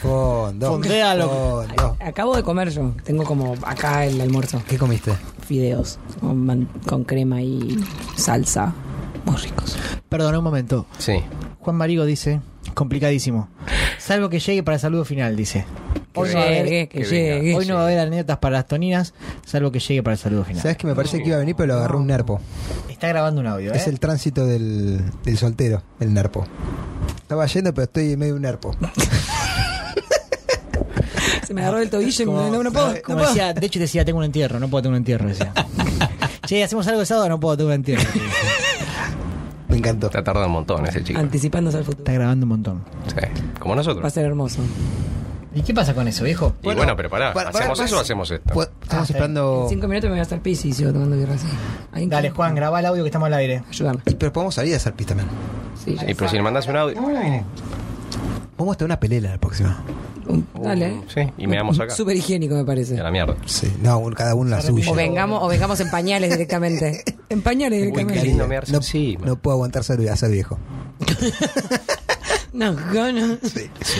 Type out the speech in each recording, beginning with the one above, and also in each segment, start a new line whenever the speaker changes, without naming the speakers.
Fondo.
Fondéalo.
Fondo.
Acabo de comer yo. Tengo como acá el almuerzo.
¿Qué comiste?
Fideos con, man- con crema y salsa. Muy ricos.
Perdón, un momento.
Sí.
Juan Marigo dice, complicadísimo. Salvo que llegue para saludo final, dice. Hoy no va a haber-
llegue, que
que venga.
llegue.
Hoy no va a haber anécdotas para las toninas, salvo que llegue para el saludo final.
¿Sabes que me parecía que iba a venir, pero lo agarró un nerpo?
Está grabando un audio, ¿eh?
Es el tránsito del, del soltero, el nerpo. Estaba yendo, pero estoy en medio de un nerpo.
Se me agarró el tobillo y me
Como,
no, no puedo.
como decía, de hecho decía, tengo un entierro, no puedo tener un entierro, decía. che, hacemos algo de sábado, no puedo tener un entierro.
Me encantó.
Está tardando un montón ese chico.
Anticipándose al
Está
futuro.
grabando un montón.
Sí. Como
Va a
nosotros.
ser hermoso.
¿Y qué pasa con eso, viejo?
Y bueno, pero pará,
para- para-
¿hacemos
para-
eso o hacemos esto?
Pu- Estamos
sí.
esperando.
Ah, En cinco minutos me voy a estar pis y sigo tomando birra así. Alguien
Dale,
que-
Juan, graba el audio que estamos al aire.
Ayúdame.
Y- Pero podemos salir a hacer pis también.
Sí, ya.
Sí, pero si le mandas un audio.
Vamos a tener una pelela la próxima.
Un- Dale. eh.
Sí, y me damos acá.
Súper higiénico me
Y
parece.
a la mierda.
Sí. No, un- cada uno la suya.
O vengamos, o vengamos en pañales directamente. En pañales
Uy, qué
directamente.
lindo mearse
No,
encima.
no puedo aguantar ser, a ser viejo.
No, no.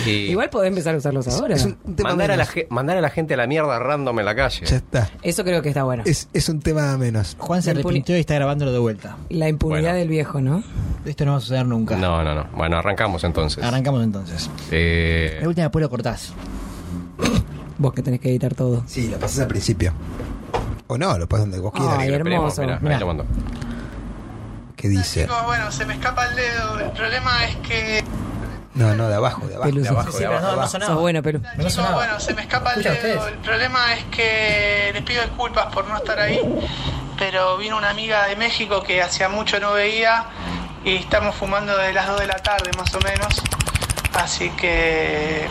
Sí.
Igual podés empezar a usarlos ahora.
Es un tema
mandar, a la,
menos.
ge- mandar a la gente a la mierda random en la calle.
Ya está.
Eso creo que está bueno.
Es, es un tema menos.
Juan se
Del puni-
arrepintió y está grabándolo de vuelta.
La impunidad
Bueno.
del viejo, ¿no?
Esto no va a suceder nunca.
No, no, no. Bueno, arrancamos entonces.
Arrancamos entonces.
Eh,
La última después lo cortás.
Vos que tenés que editar todo.
Sí, lo pasas al principio. O no, lo pasas donde vos quieras.
Ay,
lo esperemos,
hermoso.
mirá,
Mirá.
ahí lo mando.
¿Qué dice?
Chicos, bueno, se me escapa el dedo. El problema es que.
No, no, de abajo, de abajo.
Peluso.
de abajo.
Sí, pero no, no
Sos bueno, pero.
No
Chicos,
sonaba.
bueno, se me escapa el
Escucha
dedo.
ustedes.
El problema es que les pido disculpas por no estar ahí. Pero vino una amiga de México que hacía mucho no veía. Y estamos fumando de las 2 de la tarde, más o menos. Así que.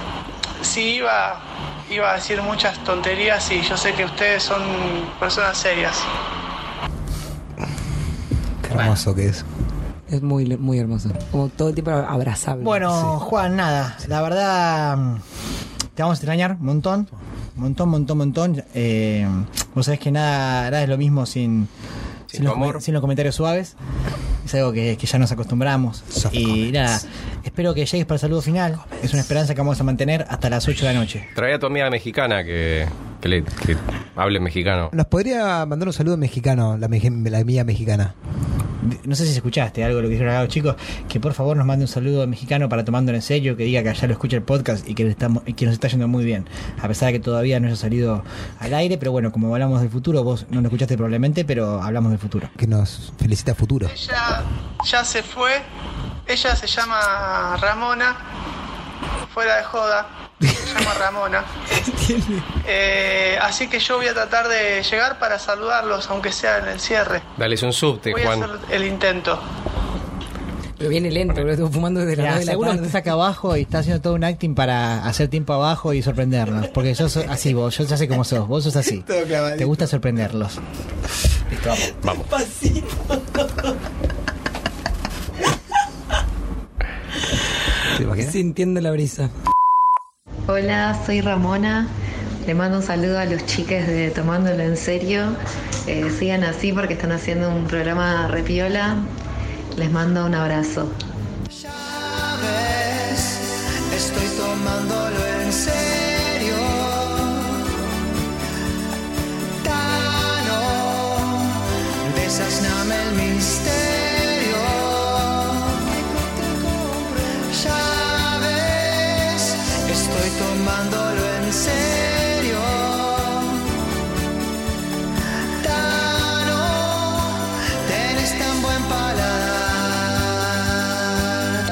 Sí, iba, iba a decir muchas tonterías. Y yo sé que ustedes son personas serias.
Qué hermoso que es.
Es muy, muy hermoso. Como todo el tiempo abrazable.
Bueno, Juan, nada. La verdad, mm, te vamos a extrañar un montón. Montón, montón, montón. Eh, vos sabés que nada, nada es lo mismo sin,
Sin
sin los,
tu amor.
come- sin los comentarios suaves. Es algo que, que ya nos acostumbramos.
Soft
y
comments.
nada, espero que llegues para el saludo final. Es una esperanza que vamos a mantener hasta las 8 de la noche.
Trae a tu amiga mexicana que, que le que hable mexicano.
Nos podría mandar un saludo mexicano, la, meje- la amiga mexicana.
No sé si escuchaste algo de lo que dijeron acá los chicos, que por favor nos mande un saludo mexicano para tomándolo en serio, que diga que allá lo escucha el podcast y que, le estamos, y que nos está yendo muy bien, a pesar de que todavía no haya salido al aire, pero bueno, como hablamos del futuro, vos no lo escuchaste probablemente, pero hablamos del futuro.
Que nos felicita a futuro.
Ella ya se fue. Ella se llama Ramona. Fuera de joda. Se llama Ramona. Eh, así que yo voy a tratar de llegar para saludarlos, aunque sea en el cierre.
Dale un subte,
Voy a hacer
Juan.
el intento.
Pero viene lento, lo estuvo fumando desde
Mirá,
las 9 de
seguro
la
que estás
tarde.
acá abajo y estás haciendo todo un acting para hacer tiempo abajo y sorprendernos, porque yo soy así, vos, yo ya sé cómo sos, vos sos así.
Todo clavadito.
Te gusta sorprenderlos. Listo, vamos.
Vamos.
¿Te imaginas?
Sintiendo la brisa.
Hola, soy Ramona. Le mando un saludo a los chiques de Tomándolo en Serio. Eh, sigan así porque están haciendo un programa repiola. Les mando un abrazo.
Estoy tomándolo en serio. Tano, desasname el misterio. Ya ves, estoy tomándolo en serio. Tano, tenés tan buen paladar.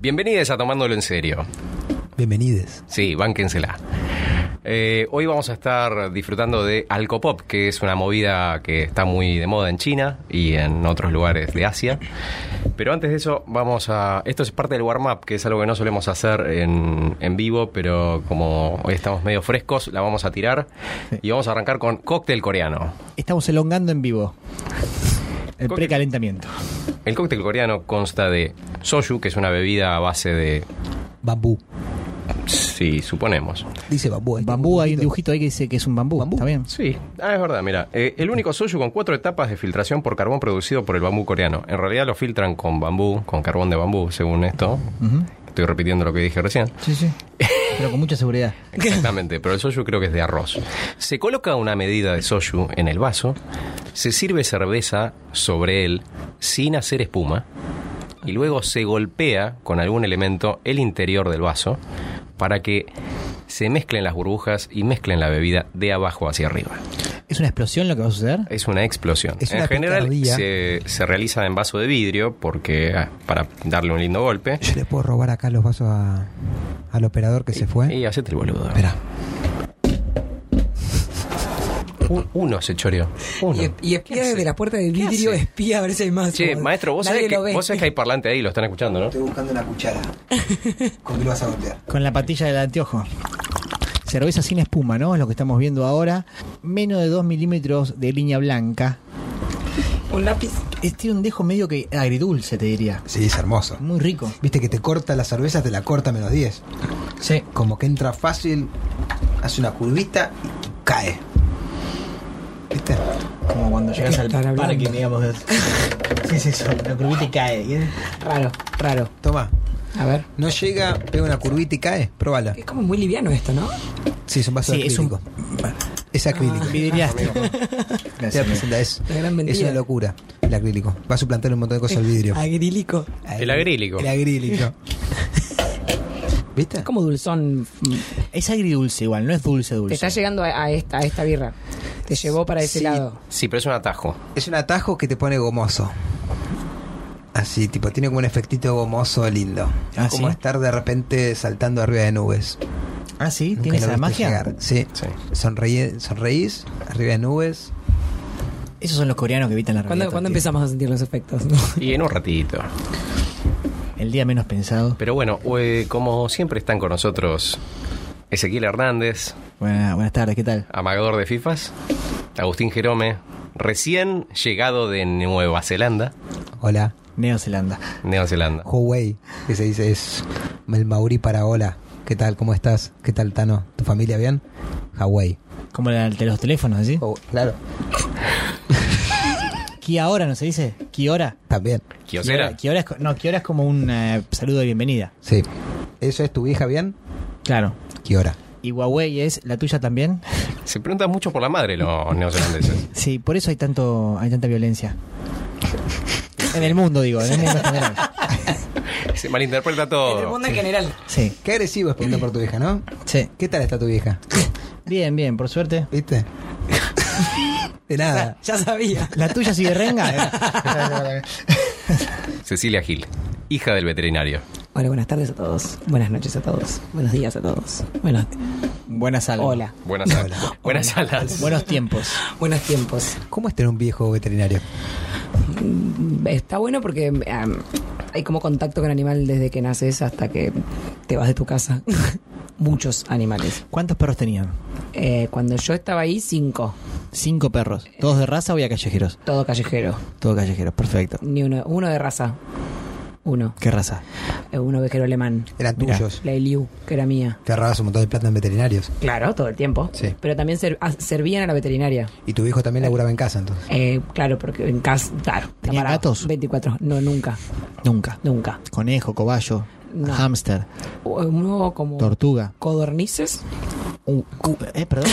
Bienvenidos a Tomándolo en Serio.
Bienvenides.
Sí, bánquensela. Eh, hoy vamos a estar disfrutando de Alcopop, que es una movida que está muy de moda en China y en otros lugares de Asia. Pero antes de eso, vamos a. Esto es parte del warm-up, que es algo que no solemos hacer en, en vivo, pero como hoy estamos medio frescos, la vamos a tirar. Y vamos a arrancar con cóctel coreano.
Estamos elongando en vivo. El
Coque-
precalentamiento.
El cóctel coreano consta de soju, que es una bebida a base de.
Bambú.
Sí, suponemos.
Dice bambú. este ahí está
Bambú, hay un
dibujito.
dibujito ahí que dice que es un bambú.
Bambú.
¿Está bien?
Sí, ah, es verdad, mira. eh, el único soju con cuatro etapas de filtración por carbón producido por el bambú coreano. En realidad lo filtran con bambú, con carbón de bambú, según esto. Estoy repitiendo lo que dije recién.
Sí, sí. Pero con mucha seguridad.
Exactamente, pero el soju creo que es de arroz. Se coloca una medida de soju en el vaso, se sirve cerveza sobre él sin hacer espuma y luego se golpea con algún elemento el interior del vaso para que se mezclen las burbujas y mezclen la bebida de abajo hacia arriba.
¿Es una explosión lo que va a suceder?
Es una explosión.
Es una
en general
picardía.
se, se realiza en vaso de vidrio porque ah, para darle un lindo golpe.
Yo le puedo robar acá los vasos a- al operador que se fue.
Y hacete el boludo.
eh, Espera.
U- Uno se choreó. Uno.
Y, y espía desde la puerta del
¿Qué
vidrio,
hace?
espía a ver si hay más.
Che,
Como-
maestro, vos
nadie
sabés, que,
lo ve.
vos sabés que hay parlante ahí, lo están escuchando, ¿no?
Estoy buscando una cuchara. ¿Con qué lo vas a golpear?
Con la patilla del anteojo. Cerveza sin espuma, ¿no? Es lo que estamos viendo ahora. Menos de 2 milímetros de línea blanca.
Un lápiz.
Es, tiene un dejo medio que agridulce, te diría.
Sí, es hermoso.
Muy rico.
Viste que te corta la cerveza, te la corta a menos 10.
Sí.
Como que entra fácil, hace una curvita y cae. ¿Viste?
Como cuando llegas al
estar hablando?
parque, digamos. es- Sí, sí, eso. La curvita y cae. ¿eh?
Raro, raro.
Toma.
A ver.
No llega, pega una curvita y cae. Próbala.
Es como muy liviano esto, ¿no?
Sí, es un vaso
Sí, es un- Ah,
acrílico. Es acrílico.
Vidriaste.
Te la
Gracias.
presenta, es,
La gran mentira.
es una locura el acrílico. Va a suplantar un montón de cosas al vidrio.
Agrílico.
El acrílico.
El acrílico. ¿Viste?
Es como dulzón. mm,
Es agridulce igual, no es dulce
Te
dulce.
está llegando a, a esta, a esta birra. Te llevó para ese
Sí.
lado.
Sí, pero es un atajo.
Es un atajo que te pone gomoso. Así, tipo, tiene como un efectito gomoso lindo.
Ah,
como
¿sí?
estar de repente saltando arriba de nubes.
Ah, sí,
Nunca
tiene
lo
esa
viste
magia.
llegar. Sí.
Sí.
Sonreí- sonreís, arriba de nubes.
Esos son los coreanos que evitan la
¿Cuándo,
realidad
¿cuándo
todo el
empezamos a sentir los efectos?
Y en un ratito.
tiempo. El día menos pensado.
Pero bueno, eh, como siempre están con nosotros Ezequiel Hernández,
Buena- buenas tardes, ¿qué tal?
amagador de FIFAs, Agustín Jerome, recién llegado de Nueva Zelanda.
Hola.
Neozelanda.
Nueva Zelanda.
Huawei, que se dice es el Mauri para hola. ¿Qué tal? ¿Cómo estás? ¿Qué tal, Tano? ¿Tu familia bien? Hawaii.
Como la- de los teléfonos, ¿sí?
Oh, claro.
¿Kia hora no se dice? ¿Kia hora?
También.
Kiosera.
Kia hora es, co- no, Kia hora es como un eh, saludo de bienvenida.
Sí. ¿Eso es tu hija bien?
Claro.
¿Qué hora?
¿Y Huawei es la tuya también?
Se preguntan mucho por la madre los neozelandeses.
Sí, por eso hay tanto hay tanta violencia. En el mundo, digo, en el mundo en general.
Se malinterpreta
El
todo.
mundo en general.
Sí,
Qué agresivo es preguntar por tu hija, ¿no?
sí.
¿Qué tal está tu vieja?
Bien, bien, por suerte.
¿Viste? De nada.
Ya sabía.
¿La tuya sigue renga?
Cecilia Gil, hija del veterinario.
Hola, buenas tardes a todos. Buenas noches a todos. Buenos días a todos. Buenos
Buenas salas.
Hola.
Buenas salas. Buenas salas.
Buenos tiempos.
Buenos tiempos.
¿Cómo es tener un viejo veterinario?
Está bueno porque am, hay como contacto con animal desde que naces hasta que te vas de tu casa. Muchos animales.
¿Cuántos perros tenían?
Eh, cuando yo estaba ahí, cinco.
Cinco perros. ¿Todos de raza o ya callejeros?
Todo callejero.
Todos callejeros, perfecto.
Ni uno, uno de raza. Uno.
¿Qué raza?
Eh, Un ovejero alemán.
Eran
Mirá.
tuyos.
La Eliu, que era mía.
Te ahorrabas un montón de plata en veterinarios.
Claro, todo el tiempo.
Sí.
Pero también ser- ah, servían a la veterinaria.
Y tu viejo también laburaba en casa, entonces.
Eh, claro, porque en casa. Claro.
¿Tenían
Pará,
gatos?
24. No, nunca.
Nunca.
Nunca.
Conejo, cobayo,
No.
hámster,
O- Hubo como.
tortuga.
codornices.
Un cu- eh, perdón.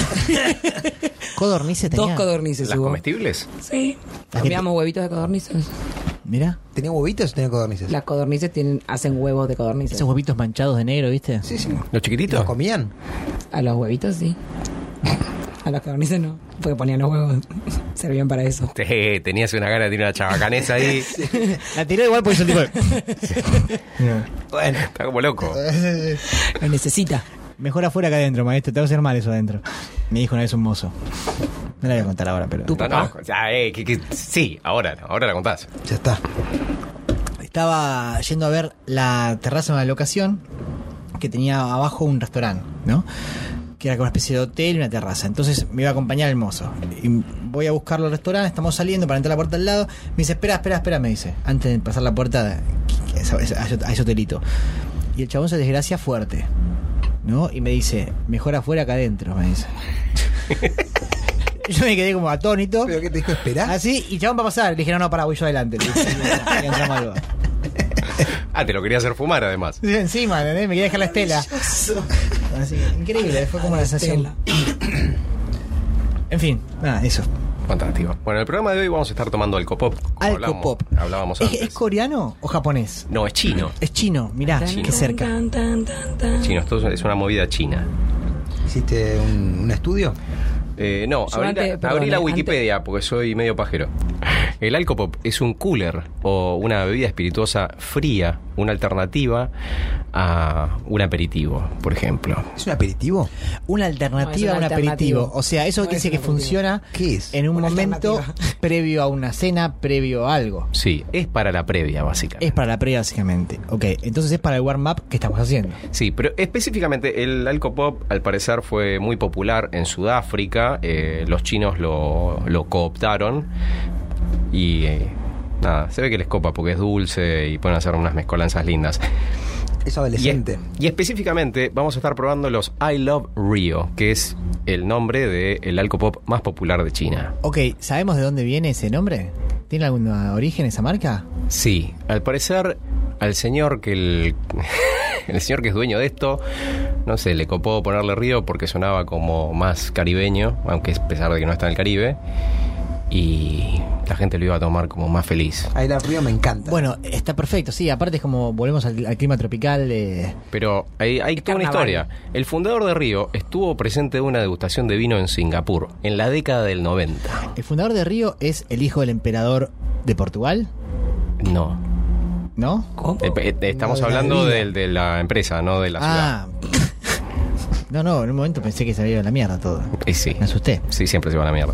Codornices tenía.
Dos codornices
¿Las
hubo.
comestibles?
Sí.
La
Comíamos huevitos de codornices.
Mira,
¿Tenía huevitos o tenía codornices?
Las codornices tienen, hacen huevos de codornices.
esos huevitos manchados de negro, ¿viste?
Sí, sí.
¿Los
¿Y ¿Los
chiquititos?
comían?
A los huevitos, sí. A las codornices no. Porque ponían los huevos. Servían para eso.
Sí, tenías una gana de tener una chabacanesa ahí.
La tiré igual porque yo tipo.
Bueno.
Está como loco.
Lo necesita.
Mejor afuera que adentro, maestro. Te va a hacer mal eso adentro. Me dijo una vez un mozo. No la voy a contar ahora, pero.
No, no, ya, eh, que- que- sí, ahora, ahora la contás.
Ya está.
Estaba yendo a ver la terraza de una locación que tenía abajo un restaurante, ¿no? Que era como una especie de hotel y una terraza. Entonces me iba a acompañar el mozo. Y voy a buscarlo al restaurante, estamos saliendo para entrar a la puerta al lado. Me dice, espera, espera, espera, me dice. Antes de pasar la puerta, que- que- que- hay hay hotelito. Y el chabón se desgracia fuerte, ¿no? Y me dice, mejor afuera que adentro, me dice. Yo me quedé como atónito.
¿Pero qué te dijo? Ah, ¿Esperá?
Así, y chabón va a pasar. Le dije, no, no, pará, voy yo adelante. Le dije, "Y entramos al bar.
Ah, te lo quería hacer fumar además.
Sí, Encima, ¿entendés? Me quería dejar la estela. Así, increíble, fue como la sensación. En fin, nada, eso.
Fantástico. Bueno, en el programa de hoy vamos a estar tomando alcopop. como hablamos-
Alcopop.
Hablábamos
¿Es,
antes.
es coreano o japonés?
no, es chino.
Es chino, mirá,
Chino.
qué cerca.
Tan, tan, tan, tan.
Chino, esto es una movida china.
¿Hiciste un, un estudio?
Eh, no,
Yo
abrí,
antes-
la,
perdón,
abrí la
eh,
Wikipedia porque soy medio pajero. El alcopop es un cooler o una bebida espirituosa fría, una alternativa a un aperitivo, por ejemplo.
¿Es un aperitivo?
Una
No, es
alternativa
un
a un
alternativo.
aperitivo. O sea, eso
No
que
es
dice
un
que
aperitivo.
funciona
¿Qué es?
en un
Una
momento
alternativa.
previo a una cena, previo a algo.
Sí, es para la previa, básicamente.
Es para la previa, básicamente. Ok, entonces es para el warm-up que estamos haciendo.
Sí, pero específicamente el alcopop al parecer fue muy popular en Sudáfrica, eh, los chinos lo, lo cooptaron y eh, nada, se ve que les copa porque es dulce y pueden hacer unas mezcolanzas lindas.
Es
Y,
adolescente.
y específicamente vamos a estar probando los I Love Rio, que es el nombre del alcopop más popular de China.
Ok, ¿sabemos de dónde viene ese nombre? ¿Tiene algún ah, origen esa marca?
Sí, al parecer al señor que el, el señor que es dueño de esto, no sé, le copó ponerle río porque sonaba como más caribeño, aunque a pesar de que no está en el Caribe, y la gente lo iba a tomar como más feliz.
Ahí la río me encanta.
Bueno, está perfecto, sí, aparte es como volvemos al, al clima tropical. eh,
Pero hay, hay toda una
carnaval.
historia. El fundador de Río estuvo presente en una degustación de vino en Singapur en la década del 90.
El fundador de Río es el hijo del emperador de Portugal,
No.
¿no?
Eh, eh, Estamos
No, de Oh. la
hablando
bebida.
del- de, la empresa, no de la ciudad.
ah. No, no, en un momento pensé que se había ido a la mierda todo.
Y Eh, sí.
Ah. Me asusté.
Sí, siempre se va a la mierda.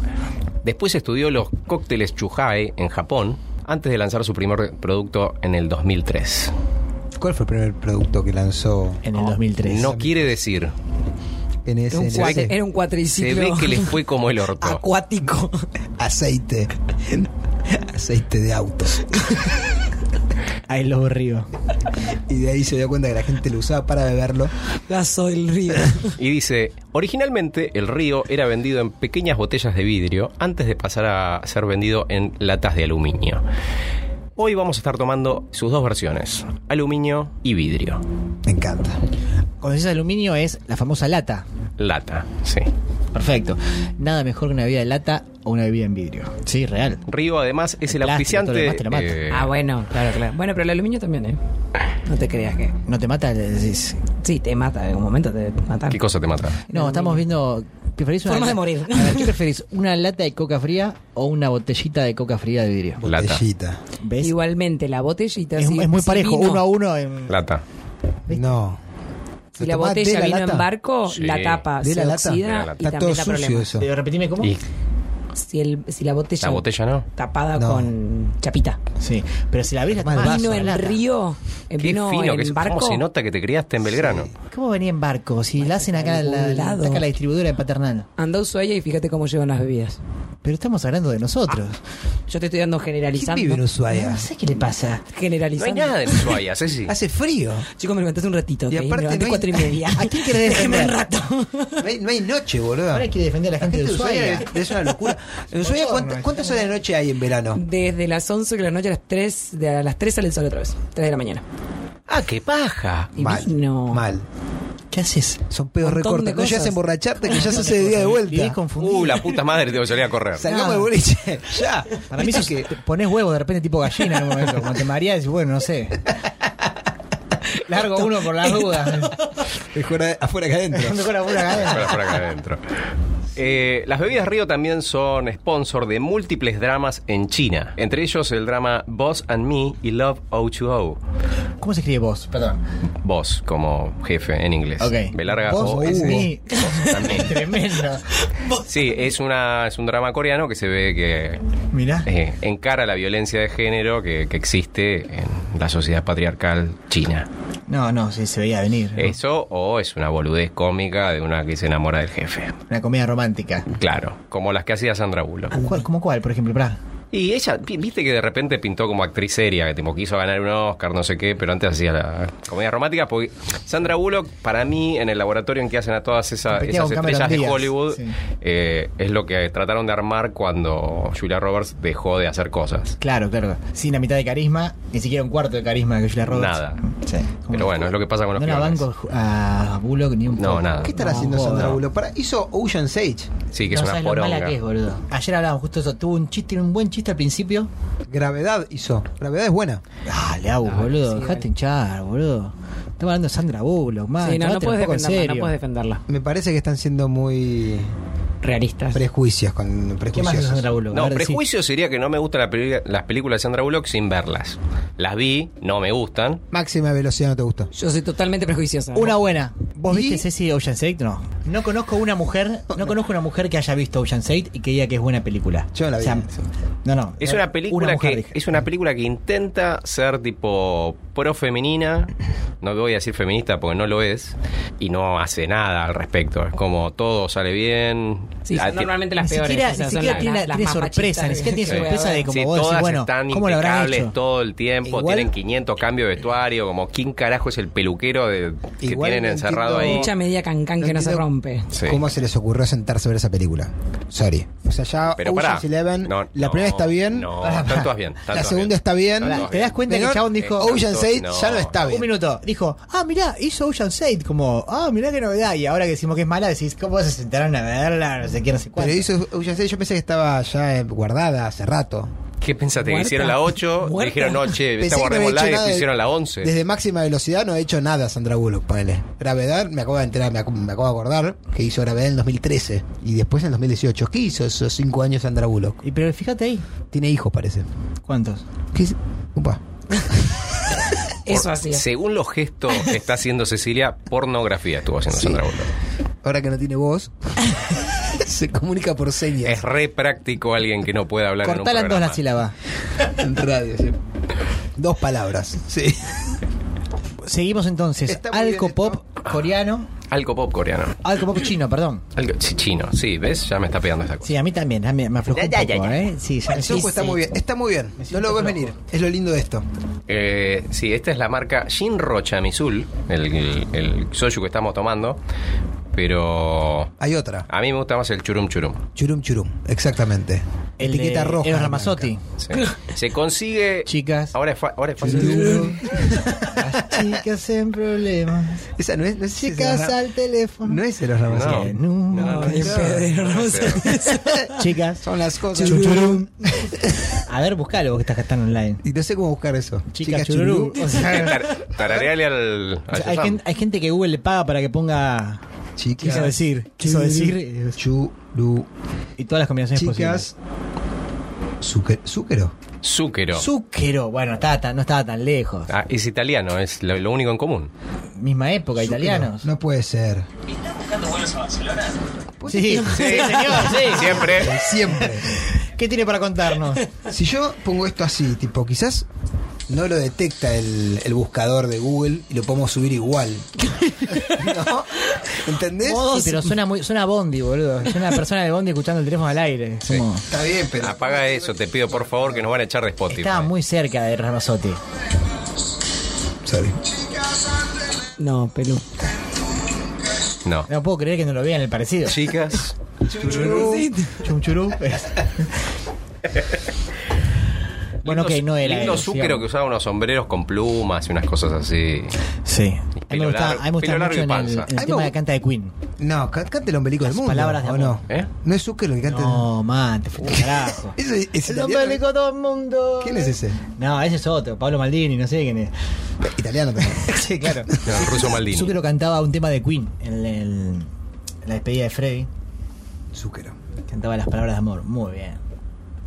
Después estudió los cócteles Chuhai en Japón antes de lanzar su primer producto en el 2003.
¿Cuál fue el primer producto que lanzó
En el 2003.
No quiere decir.
en
Era
ese
un,
en
cuatri-
ese
era un
Se
cuatriciclo
ve que les fue como el orto.
acuático.
aceite? aceite de autos.
Ahí los Río.
Y de ahí se dio cuenta que la gente lo usaba para beberlo.
Gasoil río.
Y dice, originalmente el río era vendido en pequeñas botellas de vidrio antes de pasar a ser vendido en latas de aluminio. Hoy vamos a estar tomando sus dos versiones, aluminio y vidrio.
Me encanta.
Cuando dices aluminio es la famosa lata.
Lata, sí.
Perfecto. Nada mejor que una bebida de lata o una bebida en vidrio. Sí, real.
Río además es el,
El plástico, todo
auspiciante...
lo demás te lo mata.
eh,
Ah, bueno, claro, claro. Bueno, pero el aluminio también, ¿eh? No te creas que.
No te mata, le decís.
Sí, te mata, en algún momento te matan.
¿Qué cosa te mata?
No, estamos viendo. ¿Preferís una
Formas de
la-
morir.
A ver, ¿Qué preferís? ¿Una lata de coca fría o una botellita de coca fría de vidrio?
Lata.
Botellita.
¿Ves?
Igualmente, la botellita.
es,
si-
es muy
si
parejo,
vino-
uno a uno. En...
Lata.
No.
Si
¿Lo
la
tomás de
botella
la
vino
lata?
en barco,
Sí.
la tapa
¿De
se
la lata?
oxida
De la lata.
y
Está todo
también da
sucio
problemas.
eso.
Eh, Repetime cómo.
Y
Si, el, si la botella.
la botella no.
Tapada
No.
con chapita.
Sí, pero si la abrís la
Tomás el
tomás.
vaso,
Vino
La
en
lata.
río, eh,
Qué
vino
fino
en
que es.
barco.
¿Cómo se nota que te criaste en Belgrano?
¿Cómo venía en barco? Si la hacen acá en la,
algún
la-
lado.
acá la distribuidora de Paternal.
Anda a Ushuaia y fíjate cómo llevan las bebidas.
Pero estamos hablando de nosotros.
Yo te estoy dando
¿Quién
generalizando.
vive en Ushuaia?
No sé qué le pasa.
No hay
Generalizando.
nada de Ushuaia, Ceci.
Hace frío.
Chicos, me levantaste un ratito.
Y
ok,
aparte
me levanté
no hay-
cuatro y media.
¿A quién querés
Déjeme un
defender?
rato.
No hay, no hay noche, boludo.
Ahora hay que defender a la
La
gente,
gente de Ushuaia
de
es- es una locura. En Ushuaia, ¿cuánta- ¿cuántas horas de noche hay en verano?
Desde las 11 de la noche a las 3, de a las 3 sale el sol otra vez. 3 de la mañana.
Ah, qué paja.
Y
Mal.
vino.
Mal.
¿Qué haces?
Son pedos
Montón de
recortes. No llegas
cosas.
a emborracharte que ya se hace de día de
Vivís
vuelta.
confundido.
Uh, la puta madre, tengo que salir a correr.
Salgamos de boliche. Ya.
Para mí
Uh, Viste
sos, que pones huevo de repente tipo gallina en un momento, como te mareas y bueno, no sé. Largo uno por las dudas.
Mejor afuera que adentro.
Mejor apura cadena.
Fuera, fuera acá adentro. Eh, las bebidas Río también son sponsor de múltiples dramas en China, entre ellos el drama Boss and Me y Love O2O.
¿Cómo se escribe vos? Perdón.
Boss como jefe en inglés. Oh,
Ok.
B larga
Boss
o
and
S.
Me.
Boss and Me.
Tremendo.
Sí, es una es un drama coreano que se ve que
Mirá.
eh, encara la violencia de género que, que existe en la sociedad patriarcal china.
No, no, sí, se veía venir. ¿no?
Eso o es una boludez cómica de una que se enamora del jefe.
Una comedia romántica.
Claro, como las que hacía Sandra Bullock.
¿Cuál- ¿Cómo cuál, por ejemplo? Pará.
Y ella, vi- viste que de repente pintó como actriz seria, que tipo quiso ganar un Oscar, no sé qué, pero antes hacía la comedia romántica. Porque Sandra Bullock, para mí, en el laboratorio en que hacen a todas esa-
Competía
esas
con Cameron
estrellas de
Díaz,
Hollywood,
sí.
eh, es lo que trataron de armar cuando Julia Roberts dejó de hacer cosas.
Claro, claro. Sin la mitad de carisma, ni siquiera un cuarto de carisma que Julia Roberts.
Nada.
Sí, como-
Pero bueno, es lo que pasa con los
No la
pibes.
banco a Bullock ni un
No,
poco.
nada.
¿Qué estará
No,
haciendo Sandra
no.
Bullock? Para, hizo Ocean Sage.
Sí, que
no
es una
sabes lo mala
poronga.
que es, boludo. Ayer hablábamos justo de eso. Tuvo un chiste, un buen chiste al principio.
Gravedad hizo. Gravedad es buena.
Dale, Agus, boludo. dejate hinchar, boludo. Estamos hablando de Sandra Bullock, man.
Sí, no, no
tomátelo Ah, un
puedes
poco en
defenderla, no
serio.
puedes defenderla.
Me parece que están siendo muy
Realistas.
prejuicios con
¿Qué más es
prejuiciosos.
Sandra Bullock? A
No,
ver, decí.
prejuicio sería que no me gustan la peli- las películas de Sandra Bullock sin verlas. Las vi, no me gustan.
Máxima velocidad no te gustó.
Yo soy totalmente prejuiciosa.
Una buena. ¿Vos
¿Y?
viste Ceci Ocean's Eight? No. No conozco una mujer, no conozco una mujer que haya visto Ocean's Eight y que diga que es buena película.
Yo la vi.
no, no. Eh,
Es una película que
mujer, dije.
es una película que intenta ser tipo pro femenina, no voy a decir feminista porque no lo es y no hace nada al respecto. Es como todo sale bien.
Sí,
Ah,
son
ti-
normalmente las
Ni
peores.
siquiera,
o sea,
ni
son
siquiera
la-
tiene,
la- las
tiene
más
sorpresa,
machistas
ni siquiera tiene
que-
sorpresa de como
Sí,
vos decís,
todas
bueno,
están
¿cómo lo habrán
impecables
hecho?
todo el tiempo,
Igual-
tienen 500 cambios de vestuario, como quién carajo es el peluquero de- que
Igual no
tienen encerrado
entiendo-
ahí.
Mucha media cancán que no se
entiendo
rompe.
Sí.
¿Cómo se les ocurrió sentarse a ver esa película? Sorry. O sea, ya
Pero
Ocean's
pará.
Eleven,
No,
la
no,
primera está bien,
No,
Pará,
están
pará.
todas bien. están
la
todas
segunda
bien.
está bien.
Están todas
¿Te das
bien.
cuenta que el
Menor-
chabón dijo,
Eh,
Ocean's Eight
no.
ya no está
Un
bien.
minuto. Dijo, ah, mirá, hizo Ocean's 8. como, ah, mirá qué novedad. Y ahora que decimos que es mala, decís, ¿cómo se sentaron a verla? No sé qué, no sé cuánto.
Pero hizo Ocean's Eight, yo pensé que estaba ya eh, guardada hace rato.
¿Qué pensaste? Que
Muerta.
hicieron la 8,
Muerta.
dijeron, no, che, esta
Pensé que no había
guardemos la y
hecho nada
después
de-
hicieron la 11.
Desde máxima velocidad no ha hecho nada Sandra Bullock, ponele. Gravedad, me acabo de enterar, me, ac- me acabo de acordar que hizo Gravedad en el 2013 y después en el 2018. ¿Qué hizo esos cinco años Sandra Bullock?
Y pero fíjate ahí,
Tiene hijos, parece.
¿cuántos?
¿Qué hizo? Upa.
Eso así.
Según los gestos que está haciendo Cecilia, pornografía estuvo haciendo
Sí.
Sandra Bullock.
Ahora que no tiene voz, se comunica por
Es
señas
re práctico alguien que no puede hablar
Cortala en
en un
dos
programa.
la sílaba.
en radio. sí. Dos palabras. Sí.
Seguimos entonces.
Está muy bien
Alco pop coreano,
Alco pop coreano.
alco pop chino, perdón.
Algo, sí, chino, sí, ¿ves? Ya me está pegando esta cosa.
Sí, a mí también, a mí me aflojó un
Ya, ya, ya,
poco,
ya.
¿eh? Sí, ya
El
sí,
software está
sí.
muy bien. Está muy bien. No
siento
lo ves
flojo.
venir. Es lo lindo de esto.
Eh, sí, esta es la marca Shinro Chamizul, el, el, el soju que estamos tomando, pero
Hay otra.
a mí me gusta más el churum churum.
Churum churum. Exactamente.
El
Etiqueta
de
roja.
Eros
blanca.
Ramazotti.
Sí. Se consigue...
Chicas.
Ahora es, fa- ahora es fácil.
Las chicas en problemas.
Esa no es. No es
Chicas
esa-
al teléfono.
No es Eros Ramazotti.
No, no,
no, no, no, no.
Chicas.
Son las cosas.
Chururum. A ver, buscalo vos que estás que están online.
Y no sé cómo buscar eso.
Chicas chururum. O sea,
Tar- Tarareale al...
o sea,
al
hay,
Shazam.
gente, hay gente que Google le paga para que ponga.
Chicas.
Quiso decir. Quiso decir. eh,
Churu.
Y todas las combinaciones
Chicas.
posibles.
Zucker- Zucchero.
Zúquero.
Zúquero. Bueno, estaba tan, no estaba tan lejos.
Ah, es italiano, es lo, lo único en común.
Misma época,
Zucchero.
italianos.
No puede ser. Pues
Sí, sí, señor, sí.
Siempre.
Siempre.
¿Qué tiene para contarnos?
Si yo pongo esto así, tipo, quizás no lo detecta el, el buscador de Google y lo podemos subir igual. ¿No? ¿Entendés?
Sí, pero suena muy, suena Bondi, boludo. Es una persona de Bondi escuchando el teléfono al aire. Como-
Está bien, pero.
Apaga eso, te pido por favor que nos van a echar de Spotify.
Estaba muy cerca de Ramazotti.
Sorry.
No, pelú.
No.
No puedo creer que no lo vean el parecido.
Chicas,
Chum churú. bueno, ok, no era.
Lindo
él,
Zúquero
digamos.
que usaba unos sombreros con plumas y unas cosas así.
Sí. A mí me
Pelo
gustaba,
largo-
a mí me gustaba
pelo largo
mucho
y
en el,
panza.
en el
Ay,
tema
me-
de canta de Queen.
No, ca- cante el ombelico del
Las
mundo.
palabras de
¿o
amor.
no?
¿Eh?
¿No es Zucker el que canta?
No, man, te fuiste al carajo.
Eso es- es
el
italiano.
ombelico todo el mundo.
¿Quién es ese?
No, ese es otro, Pablo Maldini, no sé quién es.
Italiano también.
sí, claro.
No, el ruso Maldini.
Zúquero cantaba un tema de Queen en, el- en la despedida de Freddy.
Zucchero.
Cantaba las palabras de amor. Muy bien.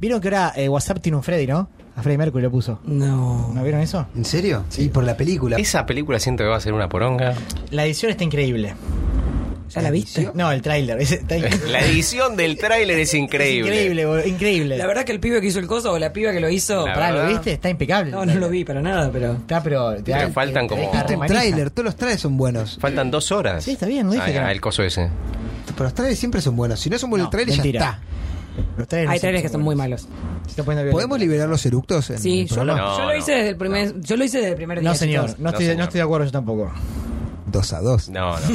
¿Vieron que ahora eh, WhatsApp tiene un Freddy, no? A Freddy Mercury lo puso.
No.
¿No vieron eso?
¿En serio? Sí, por la película.
Esa película siento que va a ser una poronga.
La edición está increíble.
¿Ya la viste?
No, el tráiler. ese está increíble.
La edición del tráiler es
Es
increíble.
Increíble, boludo, increíble.
La verdad que el pibe que hizo el coso o la piba que lo hizo.
La
Pará, ¿lo
verdad.
viste? Está impecable.
No, no lo vi para nada, pero.
Está, pero te, da- te
faltan como-
deja
Viste
re
un
manija.
tráiler, todos los trailers son buenos.
Faltan dos horas.
Sí, está bien, no dije
Ah,
que no.
El coso ese.
Pero los trailers siempre son buenos. Si no es un buen
No,
trailer,
mentira.
ya está.
Los trailers no
Hay
son
trailers que son muy malos.
buenos. Se está poniendo violento.
¿Podemos liberar los eructos? En
Sí,
el
yo
programa?
lo,
No,
yo lo
no.
hice desde el primer, yo lo hice desde el primer día.
No, señor.
chicos.
No estoy,
señor.
no estoy de acuerdo yo tampoco.
Dos a dos.
No, no.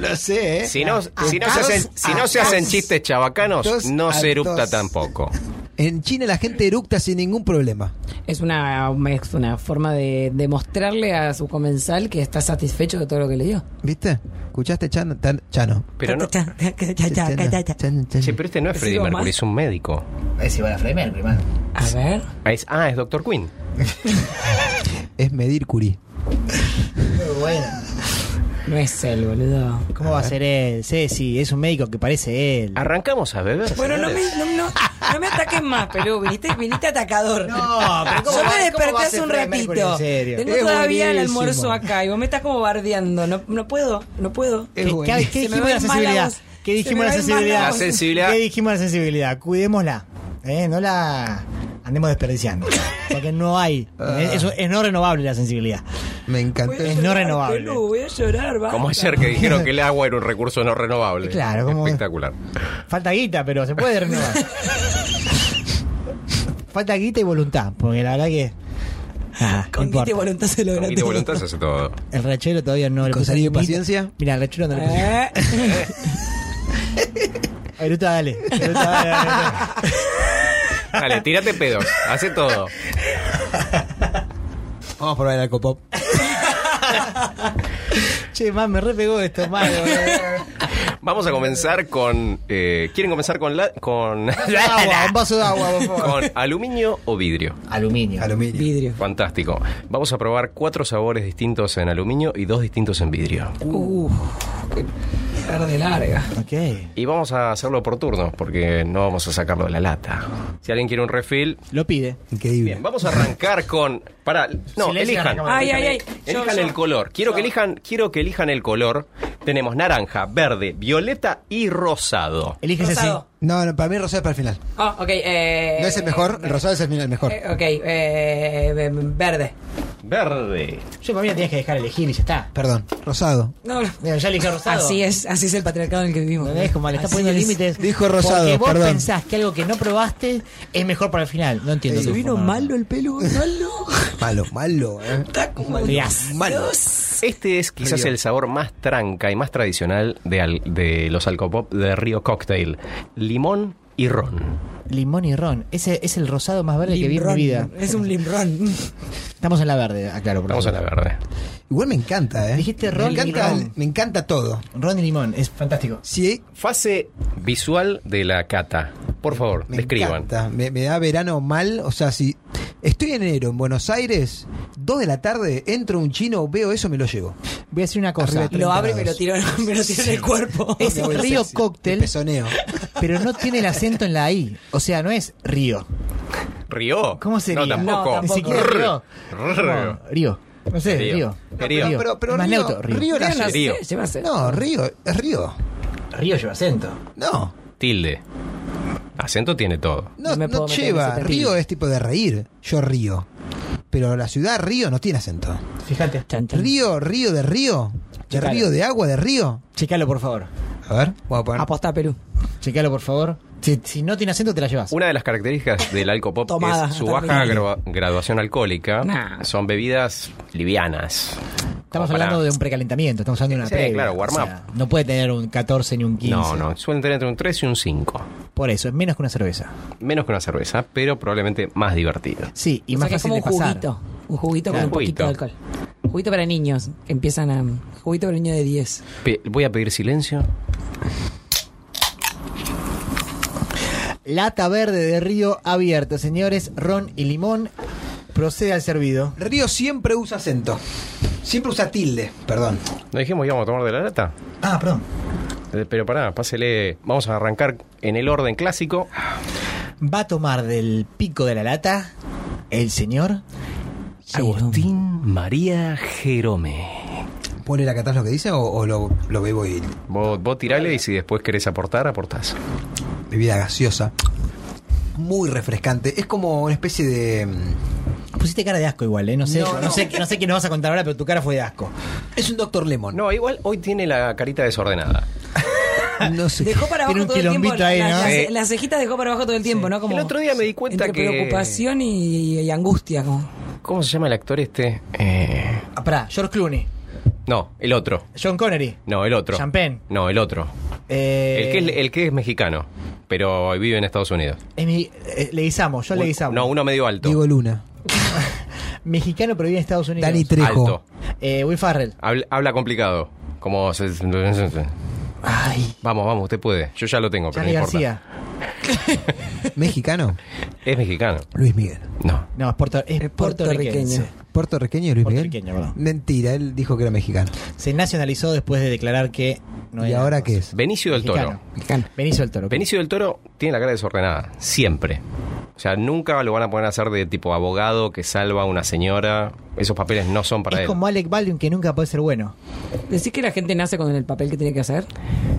lo sé, ¿eh?
Si no, si no
Acá-
se hacen, si no se hacen
acá-
chistes chabacanos,
dos
no se
a
erupta
dos.
tampoco.
En China la gente eructa sin ningún problema.
Es una, es una forma de demostrarle a su comensal que está satisfecho de todo lo que le dio.
¿Viste? ¿Escuchaste, Chano? Tan- Chano.
Pero no.
Cha, cha, cha, cha, cha, cha, cha.
Chano, Chano.
Che, pero este no es Freddie
Sigo más.
Mercury, es un médico.
Es igual a Freddie Mercury, man.
A ver.
Ah, es, ah, es Dr. Quinn. este-
Es medir Curie.
Muy bueno.
No es él, boludo.
¿Cómo va a ser él? Ceci, es un médico que parece él.
Arrancamos a beber.
Bueno, no me,
señores.
no, no, no me ataques más, Pelú. Viniste, viniste atacador.
No, pero ¿cómo
Yo
va-
me
cómo va
desperté
a
hace
ser
un
Freddie Mercury,
ratito.
en serio?
Tengo
Es
todavía el
buenísimo.
almuerzo acá y vos me estás como bardeando. No, no puedo, no puedo.
Es
¿Qué,
buenísimo.
qué- qué
Se me
dijimos de la
ven mal la
sensibilidad?
voz.
¿Qué
Se
dijimos
me
de la
ven mal la
sensibilidad?
voz. La sensibilidad.
¿Qué dijimos de la sensibilidad? Cuidémosla. ¿eh? No la andemos desperdiciando. Porque no hay.
Ah.
Es, es no renovable la sensibilidad.
Me encantó.
Voy a
Es
llorar,
no renovable.
Pelú, voy a llorar, va.
Como ayer que dijeron que el agua era un recurso no renovable.
Claro, como-
Espectacular.
Falta guita, pero se puede renovar. Falta guita y voluntad. Porque la verdad que. ah, no
Con guita y
importa.
voluntad se logra
Con
todo.
voluntad se hace todo.
El rechero todavía no le
¿Con
puso
saliva y
ni-
paciencia?
Mira, el rechero no le puso.
Eh,
Eruta, dale. Eruta, dale, dale, dale.
Dale, tírate pedos. Hace todo.
Vamos a probar el alcopop.
Che, man, me repegó esto, man.
Vamos a comenzar con. eh, ¿Quieren comenzar con la, con,
agua, un vaso de agua, por favor.
con aluminio o vidrio?
Aluminio.
Aluminio.
Vidrio.
Fantástico. Vamos a probar cuatro sabores distintos en aluminio y dos distintos en vidrio.
Uf, qué tarde larga.
Ok.
Y vamos a hacerlo por turnos porque no vamos a sacarlo de la lata. Si alguien quiere un refill.
Lo pide.
Increíble.
Bien, vamos a arrancar con. Para, no,
Silencio,
elijan.
arrancamos.
Ay, ay, ay. Yo,
Elijan
yo.
el color. Quiero que elijan, quiero que elijan el color. Tenemos naranja, verde, violeta y rosado.
Eliges así.
Rosado.
No, no, para mí rosado es para el final.
Ah, ok. Eh,
No es el mejor, el rosado es el final, el mejor.
Eh, ok, eh, eh, verde.
Verde.
Yo para mí la tienes que dejar elegir y ya está.
Perdón, rosado.
No, no.
Mira, ya eligió rosado.
Así es, así es el patriarcado en el que vivimos.
¿No ves? Como le está
Así
poniendo
es.
límites.
Dijo rosado,
Porque vos
perdón.
pensás que algo que no probaste es mejor para el final. No entiendo.
Sí.
tu
Vino
forma.
malo el pelo, malo.
Malo, malo, eh.
Está como
Frías.
Malo.
Este es quizás el sabor más tranca y más tradicional de, al- de los alcopop de Río Cocktail. Limón y ron.
Limón y ron. Ese es el rosado más verde que vi en mi
Limrón.
vida.
Es un limrón.
Estamos en la verde, aclaro. por
Vamos a la
favor.
verde.
Igual me encanta, eh.
Dijiste
me
ron y
encanta,
ron.
me encanta todo.
Ron y limón. Es fantástico.
Sí,
Fase visual de la cata. Por favor,
me
describan.
encanta. Me, me da verano mal. O sea, si estoy en enero en Buenos Aires, 2 de la tarde, entro un chino, veo eso, me lo llevo.
Voy a decir una
Arriba
cosa.
de
Lo abro y me lo
32.
tiro, me lo tiro en el cuerpo.
Es
Me voy
río
sexy,
cóctel.
de Pezoneo.
Pero no tiene el acento en la I. O sea, no es río.
¿Río?
¿Cómo sería?
No, tampoco.
No,
Ni
tampoco.
siquiera
Rrr.
río.
Rrr.
No, río. No sé,
Río.
río.
Río.
Río.
Pero, pero
Es más
río,
neutro, río.
río la-
No sé,
Río.
llévase.
No, río, es río.
Río lleva acento.
No,
Tilde. Acento tiene todo.
no,
No me
no
puedo meter en
lleva.
ese
Río
terrible.
es tipo de reír. Yo río. Pero la ciudad río no tiene acento.
Fíjate.
Chan, chan.
Río, río de río. De
Checalo.
río de agua, de río.
Checalo, por favor.
A ver, voy a poner.
Apostá, Perú.
Checalo, por favor. Si, si no tiene acento, te la llevas.
Una de las características del alcopop
Tomada,
es su
hasta
baja
el
gra- graduación alcohólica.
Nah.
Son bebidas livianas.
Estamos
Como para-
hablando de un precalentamiento, estamos hablando de una
Sí,
previa.
claro, warm
O sea, no puede tener un 14 ni un 15.
No, no. Suelen tener entre un 3 y un 5.
Por eso, es menos que una cerveza.
Menos que una cerveza, pero probablemente más divertido.
Sí, y
O sea
más
que es
fácil
como un
de pasar.
juguito. Un juguito
Claro.
con un poquito de
Juguito.
alcohol. Juguito para niños que empiezan a. Juguito para niños de 10.
Pe- voy a pedir silencio.
Lata verde de río abierto, señores, ron y limón. Procede al servido.
Río siempre usa acento. Siempre usa tilde, perdón.
¿No dijimos que íbamos a tomar de la lata?
Ah, perdón.
Eh, Pero pará, pásele. Vamos a arrancar en el orden clásico.
Va a tomar del pico de la lata el señor.
Agustín María Jerome.
¿Pone la catás lo que dice o, o lo, lo bebo y
Vos, vos tirale y si después querés aportar, aportás.
bebida gaseosa? Muy refrescante. Es como una especie de. mm,
Pusiste cara de asco igual, ¿eh? No sé,
No,
no,
no.
sé, no sé qué nos vas a contar ahora, pero tu cara fue de asco.
Es un Doctor Lemon.
No, igual hoy tiene la carita desordenada.
No sé.
Dejó para
Tiene
abajo
un
todo el tiempo.
quilombito ahí,
la-
¿no?
la-
Sí.
Las cejitas dejó para abajo todo el tiempo, ¿no? Como
El otro día me di cuenta
entre
que-
preocupación y, y angustia. Como.
¿Cómo se llama el actor este? Eh,
Ah, pará, George Clooney,
no, el otro.
John Connery.
No, el otro.
Champagne.
No, el otro.
Eh,
El que, es, el que es mexicano, pero vive en Estados Unidos.
es mi- eh, Leguizamo, yo
Un-
Leguizamo.
no, uno medio alto.
Diego Luna.
Mexicano, pero vive en Estados Unidos.
Dani Trejo.
alto.
Eh, Will Farrell.
Habla, habla complicado. Como se-
Ay,
Vamos, vamos, usted puede. Yo ya lo tengo, pero
Charlie
no importa.
García.
Mexicano.
Es mexicano.
Luis Miguel.
No.
No, es, puerto, es,
Es
puertorriqueño.
puertorriqueño.
¿Puertorriqueño Luis Miguel?
Puertorriqueño, perdón.
Mentira, él dijo que era mexicano.
Se nacionalizó después de declarar que no
¿Y
era
ahora
cosa.
qué es?
Benicio del Toro.
Mexicano. Benicio del Toro.
Benicio del Toro tiene la cara desordenada, siempre. O sea, nunca lo van a poner a hacer de tipo abogado que salva a una señora. Esos papeles no son para
es
él.
como Alec Baldwin que nunca puede ser bueno.
Decís que la gente nace con el papel que tiene que hacer.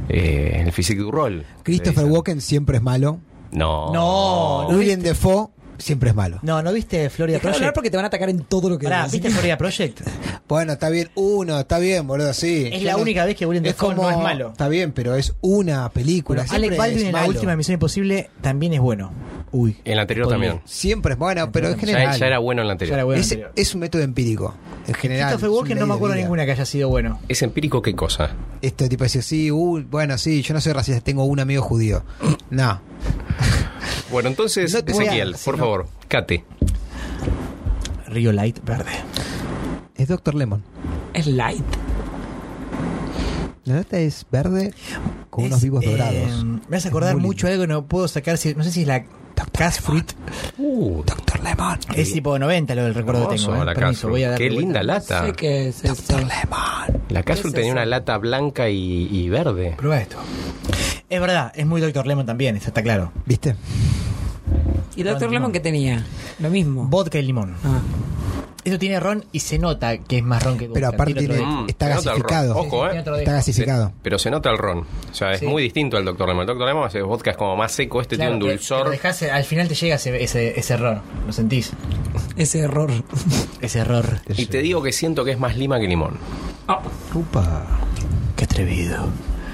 Eh, el physique du rol.
Christopher
Le dicen.
Walken siempre es malo.
No.
No, no.
William Defoe siempre es malo.
No, ¿no viste Florida
Dejá de hablar
Project?
porque te van a atacar en todo lo que
Pará,
hagas.
¿viste Florida Project?
Bueno, está bien uno, está bien, boludo, sí.
Es
Yo
la
no-
única vez que Willem
es
Dafoe no
como-
es malo.
Está bien, pero es una película.
Bueno,
siempre
Alec Baldwin
es
en la
malo.
última Misión Imposible también es bueno. Uy.
El anterior
Spoiler.
también.
Siempre es bueno, pero en
Ya,
general.
ya era bueno el anterior.
Ya era bueno
es,
anterior.
es un método empírico. En general.
Christopher
es un
Walken no
ley
me
de
acuerdo
vida.
ninguna que haya sido bueno.
¿Es empírico qué cosa?
Este tipo dice, sí, uh, bueno, sí, yo no soy racista, tengo un amigo judío. No.
Bueno, entonces,
No te voy a-
Ezequiel,
si
por
no-
favor, Cate.
Rio Light verde.
Es Doctor Lemon.
Es light.
La nota es verde con unos
Es,
vivos
eh,
dorados.
Me hace acordar
Bullying.
mucho algo, no puedo sacar, si, no sé si es la Cast Fruit.
Uh,
Doctor Lemon.
Es tipo 90 lo del recuerdo que tengo.
hermoso,
¿eh?
la
Permiso,
Castro.
voy a darle
Qué
vuelta.
linda lata.
Sé que es eso.
La Castro
es
tenía
eso?
una lata blanca y, y verde.
Prueba esto. Es verdad, es muy Doctor Lemon también, eso está claro.
¿Viste?
¿Y Doctor Lemon qué tenía? Lo mismo.
Vodka y limón.
Ah.
Eso tiene ron y se nota que es más ron que vodka.
Pero aparte
Tiene otro
tiene-
dejo.
Mm,
está
se nota el
gasificado.
ron. Ojo,
Sí, tiene
¿eh?
otro
Está
dejo.
gasificado.
Pero se nota el ron. O sea, es
Sí.
muy distinto al Doctor Lemon. El Doctor Lemon, ese vodka es como más seco, este
Claro,
tiene un
que- que lo
dulzor.
dejás, al final te llega ese, ese, ese error, lo sentís.
Ese error.
Ese error.
Y te digo que siento que es más lima que limón.
Oh.
Upa,
Qué atrevido.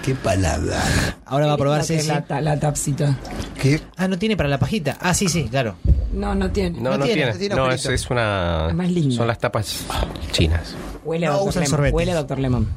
qué palabra.
Ahora va a probar
La,
Ceci.
la, ta- la tapsita.
Qué
Ah, no tiene para la pajita. Ah, sí, sí, claro.
No, no tiene.
No, no,
tiene,
tiene.
no tiene
No, es,
agujerito.
es una.
Es más linda.
Son las tapas chinas.
Huele a
No
Doctor
usan
Lemon.
sorbetes.
Huele a Doctor Lemon.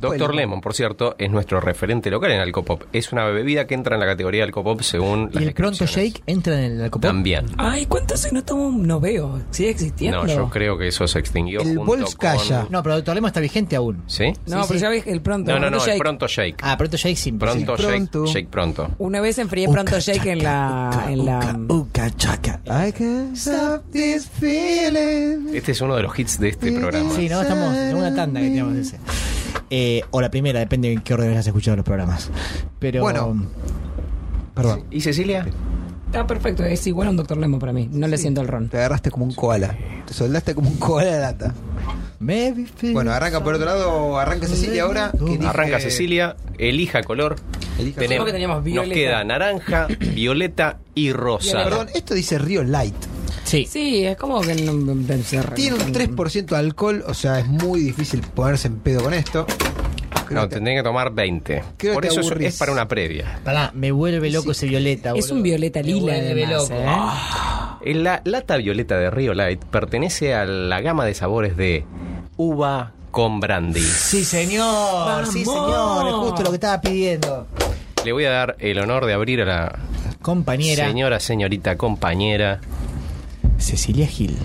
Doctor Lemon, por cierto, es nuestro referente local en Alcopop. Es una bebida que entra en la categoría Alcopop según. las
¿Y el pronto
descripciones.
shake entra en el alcohol?
También.
Ay, ¿cuánto hace que no tomo? un- No veo. ¿Sigue existiendo?
No, yo creo que eso se extinguió.
El
junto
Volskaya.
con-
No, pero Doctor Lemon está vigente aún.
¿Sí?
No,
Sí,
pero
sí.
ya ves el pronto.
No, no, no,
Shake.
el pronto shake.
Ah, pronto shake sin
Pronto,
sí,
shake,
pronto.
shake pronto.
Una vez enfrié pronto shake en la. En la
Uca, chaca.
I can't stop this feeling.
Este es uno de los hits de este programa.
Sí, no, estamos en una tanda que teníamos ese. Eh, o la primera, depende en qué orden hayas escuchado los programas. Pero.
Bueno. Perdón.
¿Y Cecilia?
Está perfecto. Es igual a un Doctor Lemon para mí. No le siento el ron.
Te agarraste como un koala. Te soldaste como un koala de lata.
Maybe feel-
Bueno, arranca por otro lado, arranca Cecilia ahora. que elige-
Arranca Cecilia, elija color.
Elija
Tenemos-
Creo que teníamos
nos
violeta.
queda naranja, violeta y rosa.
Perdón, esto dice Río Light.
Sí.
Sí, es como que. no- se re-
Tiene un 3% de alcohol, o sea, es muy difícil ponerse en pedo con esto. Creo
No,
que-
tendría que tomar 20.
Creo
Por
que
eso es-
aburrís.
es para una previa.
Pará, me vuelve loco ese violeta.
Es
boludo.
un violeta
Me
lila,
vuelve
además,
loco.
¿eh?
Ah.
En Eh, La lata violeta de Rio Light pertenece a la gama de sabores de uva con brandy.
Sí, señor. Sí,
¡Vamos!
señor. Es justo lo que estaba pidiendo.
Le voy a dar el honor de abrir a la
Compañera.
señora, señorita, compañera.
Cecilia Gil.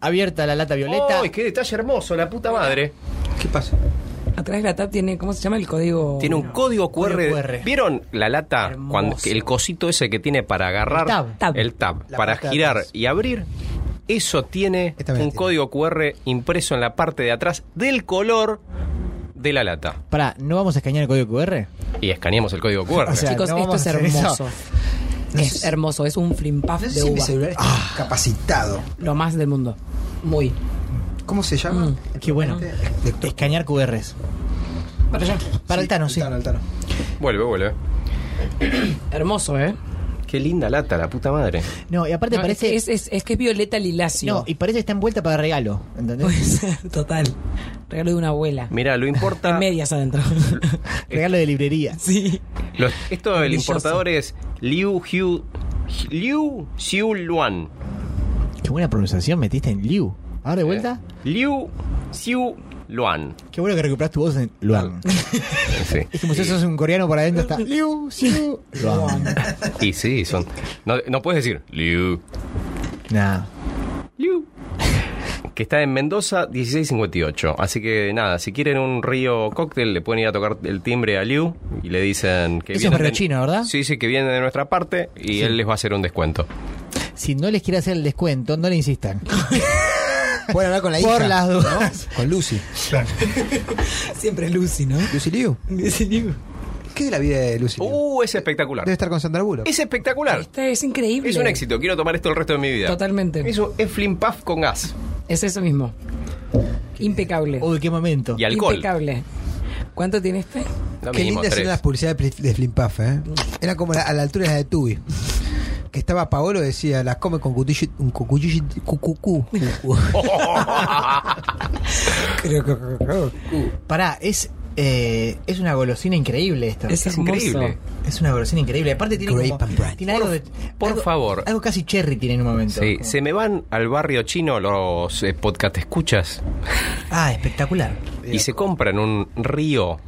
Abierta la lata violeta.
¡Uy, qué detalle hermoso, la puta madre!
¿Qué pasa?
Atrás de la tap tiene. ¿Cómo se llama el código?
Tiene un código QR.
Código QR.
¿Vieron la lata?
Hermoso.
Cuando, que el cosito ese que tiene para agarrar
El
tab.
el tab,
La
para
parte de
girar
atrás.
y abrir. Eso tiene
Esta
un
me la tiene.
código QR impreso en la parte de atrás del color de la lata.
Pará, ¿no vamos a escanear el código QR?
Y escaneamos el código QR.
O sea,
Chicos,
no
esto
vamos
es
a hacer eso.
hermoso. Es hermoso. Es un
No
flimpaf
sé
de
si mi
uva.
celular está Ah, capacitado.
Lo más del mundo. Muy.
¿Cómo se llama? Este,
Mm.
Qué bueno.
Lector.
Escanear QRs.
Para allá.
Para el Tano, sí.
Altano, Altano.
vuelve, vuelve.
Hermoso, ¿eh?
Qué Qué linda lata, la puta madre.
No, y aparte
No,
parece.
es, es- es que es violeta lilacio.
no, y parece que está envuelta para regalo. ¿Entendés?
Puede ser, total. Regalo de una abuela.
Mira, lo importa.
Hay medias adentro.
regalo de librería.
sí.
Los- esto del
Brilloso.
importador es Liu Xiu Liu Xiu Luan.
Qué buena pronunciación metiste en Liu. Ahora ¿Ah, de vuelta.
Liu Xiu Luan.
Qué bueno que recuperas tu voz en Luan.
Sí.
Es como si eso es un coreano por adentro. Está Liu, Siu, Luan.
Y sí, son. No, no puedes decir Liu.
Nah.
Liu. Que está en Mendoza 1658. Así que nada, si quieren un río cóctel, le pueden ir a tocar el timbre a Liu y le dicen que
Eso es
vienen
barrio
de-
chino, ¿verdad?
Sí, sí, que vienen de nuestra parte y él les va a hacer un descuento.
Si no les quiere hacer el descuento, no le insistan.
Pueden hablar con la hija.
Por las dudas.
Con Lucy.
Siempre es Lucy, ¿no?
Lucy Liu. ¿Qué es la vida de Lucy Liu?
Uh, es espectacular.
Debe estar con Sandra Bullock.
Es espectacular.
Esta es increíble.
Es un éxito. Quiero tomar esto el resto de mi vida.
Totalmente.
Eso es flim puff con gas
Es eso mismo. Impecable.
Uy, qué momento.
y alcohol.
Impecable. ¿Cuánto tiene este?
No
Qué
mínimo
linda
tres.
eran las publicidades de Pli- de Flim Puff, ¿eh? Era como la- a la altura de la de Tubi. Que estaba Paolo decía, las come con cuchillo, un cucuyu- cucucú.
Oh,
Pará, es, eh, es una golosina increíble esta.
Es
Es
hermoso.
increíble.
Es una golosina increíble. Aparte tiene,
Grape
como-
and Brand.
tiene algo de...
por
algo-
favor.
Algo casi cherry tiene en un momento.
Sí,
Como-
se me van al barrio chino los eh, podcast escuchas
Ah, espectacular.
y se compran un río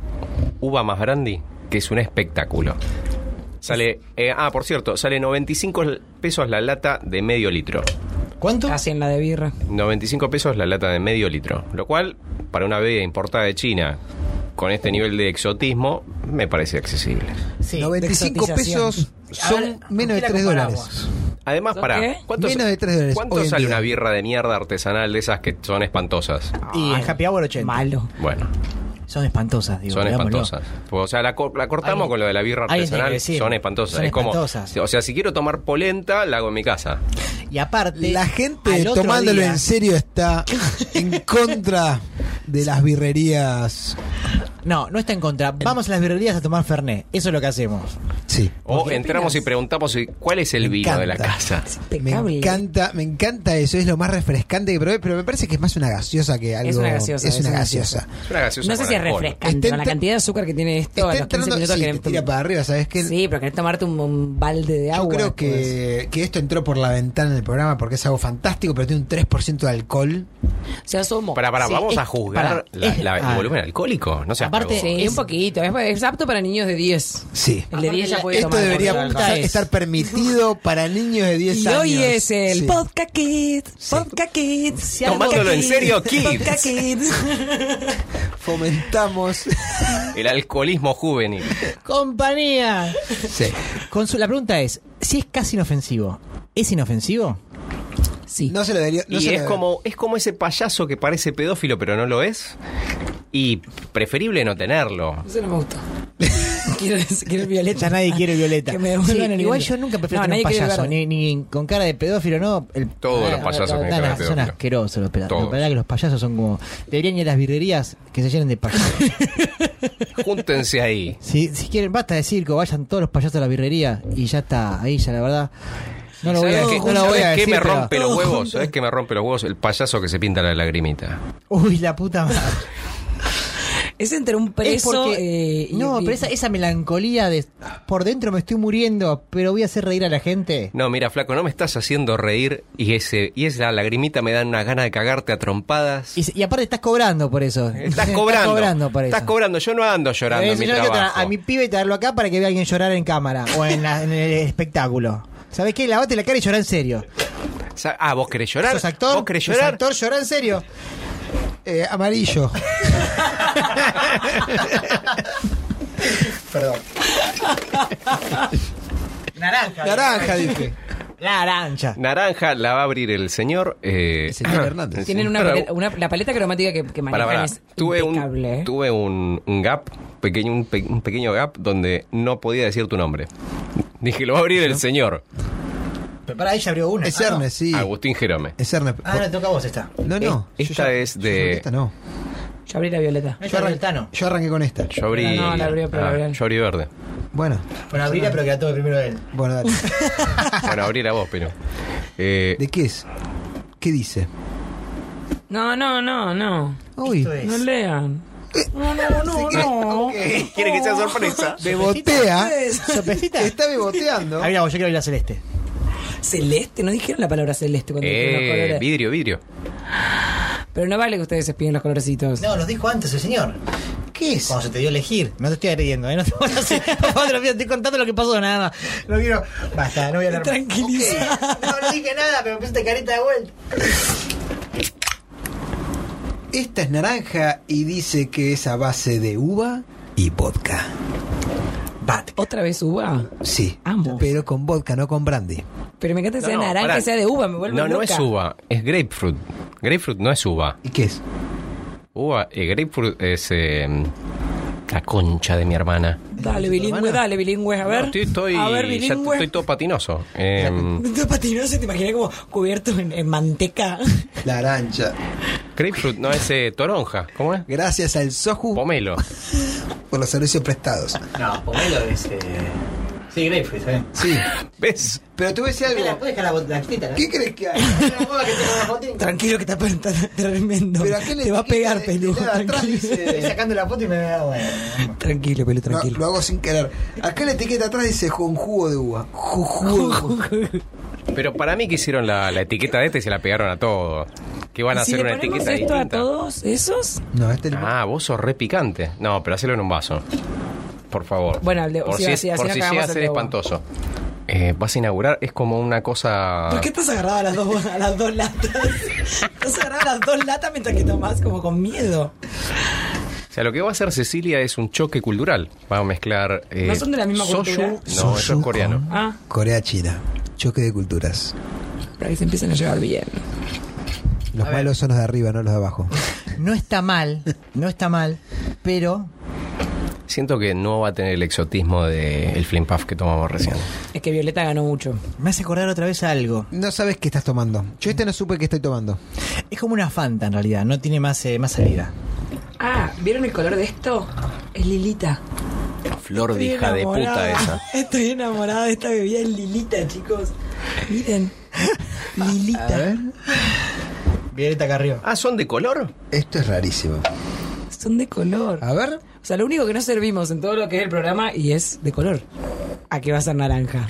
uva más grande que es un espectáculo. Sale, eh, ah, por cierto, sale 95 pesos la lata de medio litro.
¿Cuánto?
Casi en la de birra.
95 pesos la lata de medio litro. Lo cual, para una bebida importada de China, con este nivel de exotismo, me parece accesible.
Sí.
95 pesos son
Ahora, ¿con
menos de
qué la
3 dólares.
comparamos?
Además,
¿Sos
para
qué?
¿cuánto,
Menos de tres dólares
¿cuánto
hoy en
sale
día.
una birra de mierda artesanal de esas que son espantosas?
Y en Happy Hour 80.
Malo.
Bueno,
Son espantosas, digo.
son
digámoslo.
espantosas. O sea, la, co- la cortamos
Alguien-
con lo de la birra
alguien tiene que
artesanal,
decirlo.
son espantosas.
Son
es como,
espantosas.
o sea, si quiero tomar polenta, la hago en mi casa.
Y aparte...
La gente
al otro
tomándolo
día-
en serio está en contra de las birrerías.
No, no está en contra. Vamos a las birrerías a tomar Fernet. Eso es lo que hacemos.
Sí.
O entramos y preguntamos si- cuál es el
Me
vino de la
encanta.
casa.
Es
Me
impecable.
encanta, me encanta eso, es lo más refrescante que probé, pero me parece que es más una gaseosa que algo.
una gaseosa,
Es una gaseosa.
Es una gaseosa
No sé
con
si es
alcohol.
refrescante.
Está
con la
entra-
cantidad de azúcar que tiene esto,
Está
a los 15
entrando,
minutos
sí,
querés
te tira
tom-
para arriba, ¿sabes qué?
Sí, pero querés tomarte un, un balde de
Yo
agua.
creo
después.
que, que esto entró por la ventana en el programa porque es algo fantástico, pero tiene un 3% de alcohol.
O sea, somos.
Para, para,
Sí,
vamos
es-
a juzgar
pará,
la-
es-
la-
ah.
el volumen alcohólico. No seas
Aparte,
pavoso.
Sí, un poquito. Es, es apto para niños de 10.
Sí.
El de 10 ya puede
Esto
tomar.
debería
alcohol.
pregunta
estar,
es-
estar permitido para niños de 10
Y
años.
hoy es el
Sí.
Podcast Kids. Podcast Kids. Si algo-
Tomándolo en serio, kids.
Podcast Kids.
Fomentamos.
El alcoholismo juvenil.
¡Compañía!
sí.
Con su- la pregunta es, si es casi inofensivo, ¿es inofensivo?
Sí.
No se lo debería. no se
y
lo
es
debería-
como, es como ese payaso que parece pedófilo pero no lo es. Y preferible no tenerlo.
Eso no me gustó. quiero, quiero
Ya
violeta.
nadie quiere Violeta.
Que me devuelvan
Sí,
el
igual
Violeta.
yo nunca prefiero
No,
tener un
nadie quiere
payaso,
ver-
ni, ni con cara de pedófilo, no. el- Ah,
Todos los payasos
no,
tienen
no,
cara de
no, Son
pedófilo.
asquerosos los pedófilos.
Todos.
La verdad que los payasos son como... Deberían ir a las birrerías que se llenen de payasos.
Júntense ahí.
si, si quieren, basta de circo, vayan todos los payasos a la birrería y ya está, ahí ya, la verdad. No lo voy a,
¿Sabes
decir,
qué,
no lo voy a
¿sabes qué
decir,
me
pero-
rompe los huevos? ¿Sabes qué me rompe los huevos? El payaso que se pinta la lagrimita.
Uy, la puta madre.
Es entre un preso.
Es porque-
eh, y-
no,
y-
pero esa, esa melancolía de por dentro me estoy muriendo, pero voy a hacer reír a la gente.
No, mira, flaco, no me estás haciendo reír y ese y esa lagrimita me dan una gana de cagarte a trompadas. Eh,
Y, se- y aparte estás cobrando por eso.
Estás cobrando.
por eso. Eh,
Estás cobrando. Yo no ando llorando en
Eso
mi
yo lo quiero traer
trabajo.
a mi pibe y traerlo acá para que vea a alguien llorar en cámara o en, la- en el espectáculo. ¿Sabés qué? Lavate la cara y llora en serio.
Sa- Ah, ¿vos querés llorar?
¿Sos actor?
¿Vos querés
¿Sos
llorar?
actor? ¿Llora en serio?
Eh, amarillo.
Naranja.
Naranja, dije.
Naranja.
Naranja la va a abrir el señor. eh,
El señor Hernández.
Tienen una,
Para-
paleta, una- la paleta cromática que, que
Pará,
manejan
pará.
es
Tuve, un,
impecable. ¿eh?
tuve un, un gap, pequeño, un, pe- un pequeño gap donde no podía decir tu nombre. Dije, lo va a abrir el señor,
Pero para ella abrió una.
Es
Ah, no.
Erne, sí.
Agustín Jerome.
Es Erne.
Ah, no, toca a vos esta.
No, no.
Es-
yo
esta es
yo
de-
ya- Esta no.
Yo abrí la violeta.
No, yo abrí el Tano.
yo arranqué con esta.
Yo abrí.
No, la abrió, pero la abrió.
yo abrí verde.
Bueno,
Bueno, abrirla, pero que la tome primero él.
bueno, dale.
Bueno, abrí la voz, pero. eh,
¿De qué es? ¿Qué dice?
No, no, no, no.
Uy,
Esto es- Eh.
No lean. No, no, no, no.
¿Quiere que sea sorpresa?
bebotea.
¿Sopecita?
Está beboteando.
Abrí la voz, yo quiero abrir la celeste.
Celeste, no dijeron la palabra celeste cuando dijeron los
Eh,
colores.
vidrio, vidrio.
Pero no vale que ustedes se piden los colorcitos.
No, nos dijo antes el señor.
¿Qué es?
Cuando se te dio a elegir. No te estoy agrediendo, ¿eh? No te voy a hacer- no te lo pido, estoy contando lo que pasó, nada más. No quiero. Basta, no voy a hablar. más.
Tranquiliza.
Ok, No, no dije nada, pero me pusiste carita de vuelta.
Esta es naranja y dice que es a base de uva y vodka.
Bat.
¿Otra vez uva?
Sí.
Amo.
Pero con vodka, no con brandy.
Pero me encanta que
No,
sea
no,
naranja,
pará.
que sea de uva, me vuelve
No, no
loca.
es uva, es grapefruit. Grapefruit no es uva.
¿Y qué es?
Uva, eh, grapefruit es. eh, la concha de mi hermana.
Dale, bilingüe,
hermana?
dale, bilingüe. A ver,
No, estoy, estoy-
a ver,
ya
bilingüe.
estoy todo patinoso. Em,
Todo patinoso, te imaginé como cubierto en, en manteca.
La arancha.
grapefruit no es eh, toronja. ¿Cómo es?
Gracias al Soju
Pomelo.
por los servicios prestados.
No, pomelo es. Eh... Sí, grapefruit, ¿sabes?
Sí.
¿Ves?
Pero te voy a decir algo.
¿Puedes dejar la bot- la botita?
¿Qué crees que hay?
Tranquilo que está, per- está tremendo.
Pero aquel
te va a pegar,
de- de
peludo.
nada atrás
Tranquilo.
dice-
sacando la foto y me da bueno.
tranquilo, pelu,
Lo,
tranquilo.
lo hago sin querer. Acá la etiqueta atrás dice con jugo de uva. Ju- jugo de uva.
Pero para mí que hicieron la, la etiqueta de este y se la pegaron a todos. Que van a
si
hacer
le
una
ponemos
etiqueta
esto
distinta.
a todos esos?
No, este limón-
Ah, vos sos re picante. No, pero hacelo en un vaso. Por favor.
Bueno, el de-
por
sí,
si,
así-
es-
así
por
no
si
cagamos
llega a
el
ser
de uva.
espantoso. Eh, vas a inaugurar, es como una cosa.
¿Por qué estás agarrado a las dos, a las dos latas? Estás agarrado a las dos latas mientras que tomás como con miedo.
O sea, lo que va a hacer Cecilia es un choque cultural. Va a mezclar. eh,
¿No son de la misma
soju-
cultura?
No, eso
Soju
es coreano.
con
Ah.
Corea-China. Choque de culturas.
Para que se empiecen a llevar bien.
Los malos son los de arriba, no los de abajo.
No está mal, no está mal, pero
Siento que no va a tener el exotismo del el flim puff que tomamos recién.
Es que Violeta ganó mucho.
me hace acordar otra vez algo.
No sabes qué estás tomando. Yo este no supe qué estoy tomando.
Es como una Fanta en realidad, no tiene más, eh, más salida.
Ah, ¿vieron el color de esto? Es lilita.
Flor de
Estoy
hija de puta
enamorada.
esa.
Estoy enamorada de esta bebida es lilita, chicos. Miren. Lilita.
Violeta Carrió.
Ah, ¿son de color?
Esto es rarísimo.
Son de color.
Ah.
A ver.
O sea, lo único que no servimos en todo lo que es el programa y es de color. ¿A qué va a ser naranja?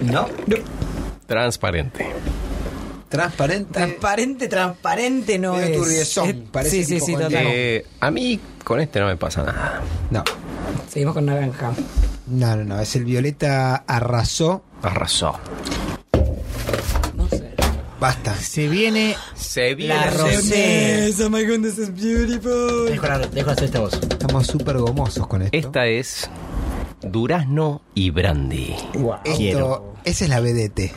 No.
Transparente.
Transparente.
Transparente, transparente no
Medio
es.
turbiezón,
Es-
parece
sí, sí,
tipo
sí,
con-
total.
Eh, a mí con este no me pasa nada.
No.
Seguimos con naranja.
No, no, no. Es el Violeta arrasó.
Arrasó.
No sé.
Basta.
Se viene...
Se viene.
La rosé.
oh my god, this is beautiful.
Dejo, la- dejo hacer esta voz.
Estamos súper gomosos con esto.
Esta es Durazno y Brandy.
Esto-
Quiero.
Esa es la BDT.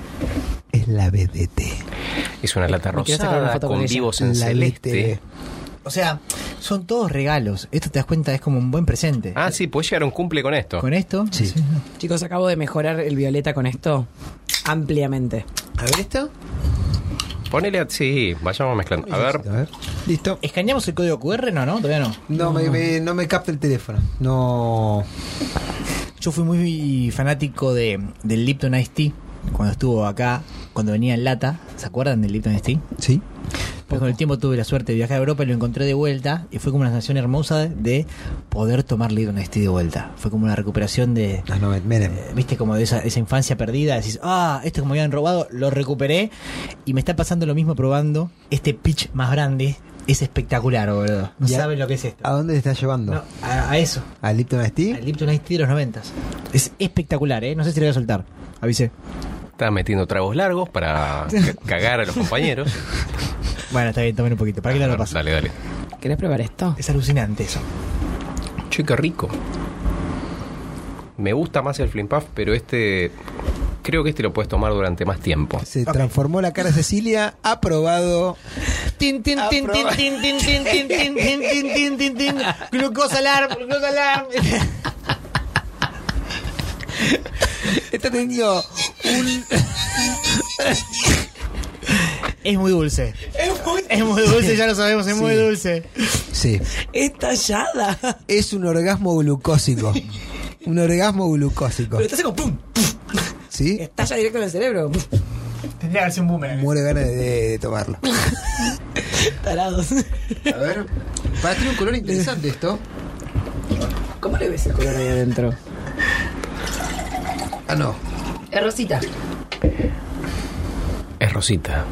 Es la BDT.
Es una lata
Me quiero sacar una
rosada
foto
con,
con ella.
vivos en
la
celeste.
BDT.
O sea, son todos regalos. Esto te das cuenta, es como un buen presente.
Ah, sí, pues llegar a un cumple con esto.
Con esto,
Sí.
Chicos, acabo de mejorar el violeta con esto ampliamente.
A ver esto.
Ponele a... Sí, vayamos mezclando. A ver,
A ver. Listo.
¿Escaneamos el código QR? No, no, todavía no.
No, me, me- no me capta el teléfono. No.
Yo fui muy fanático de, del Lipton Ice Tea cuando estuvo acá, cuando venía en lata. ¿Se acuerdan del Lipton Ice Tea?
Sí.
Pues con el tiempo tuve la suerte de viajar a Europa y lo encontré de vuelta y fue como una sensación hermosa de, de poder tomar Lipton Ice Tea de vuelta. Fue como una recuperación de,
No, no, Menem.
eh, viste, como de esa, esa infancia perdida. Decís, ah, esto que me habían robado, lo recuperé y me está pasando lo mismo probando este pitch más grande. Es espectacular, boludo. No
Ya.
saben lo que es esto.
¿A dónde te estás llevando?
No, a- a eso.
¿Al Lipton Ice
El Lipton Ice Tea de los noventas. Es espectacular, ¿eh? No sé si lo voy a soltar. Avisé.
está metiendo tragos largos para ca- cagar a los compañeros.
Bueno, está bien, tomen un poquito. ¿Para qué no lo pasa?
Ah, Dale, dale.
¿Querés probar esto?
Es alucinante eso.
Che, qué rico. Me gusta más el flim puff, pero este... Creo que este lo puedes tomar durante más tiempo.
Se transformó la cara de Cecilia, ha probado.
Tin,
Ah,
tin, tin, tin, tin, tin, tin, tin, tin, tin, tin, tin, tin, tin. Glucosa alarm, glucosa alarm.
Está teniendo un.
Es muy dulce. Es muy dulce, ya lo sabemos, es muy dulce.
Sí.
Es tallada. Pero
Es un orgasmo glucósico. un orgasmo glucósico.
te hace como pum.
¿Sí?
Estalla directo en el cerebro.
Tendría que haberse un boomerang.
Muere ganas de, de tomarlo.
Tarados.
A ver. Para tiene un color interesante esto.
¿Cómo le ves el color ahí adentro?
Ah, no.
Es rosita.
Es Rosita.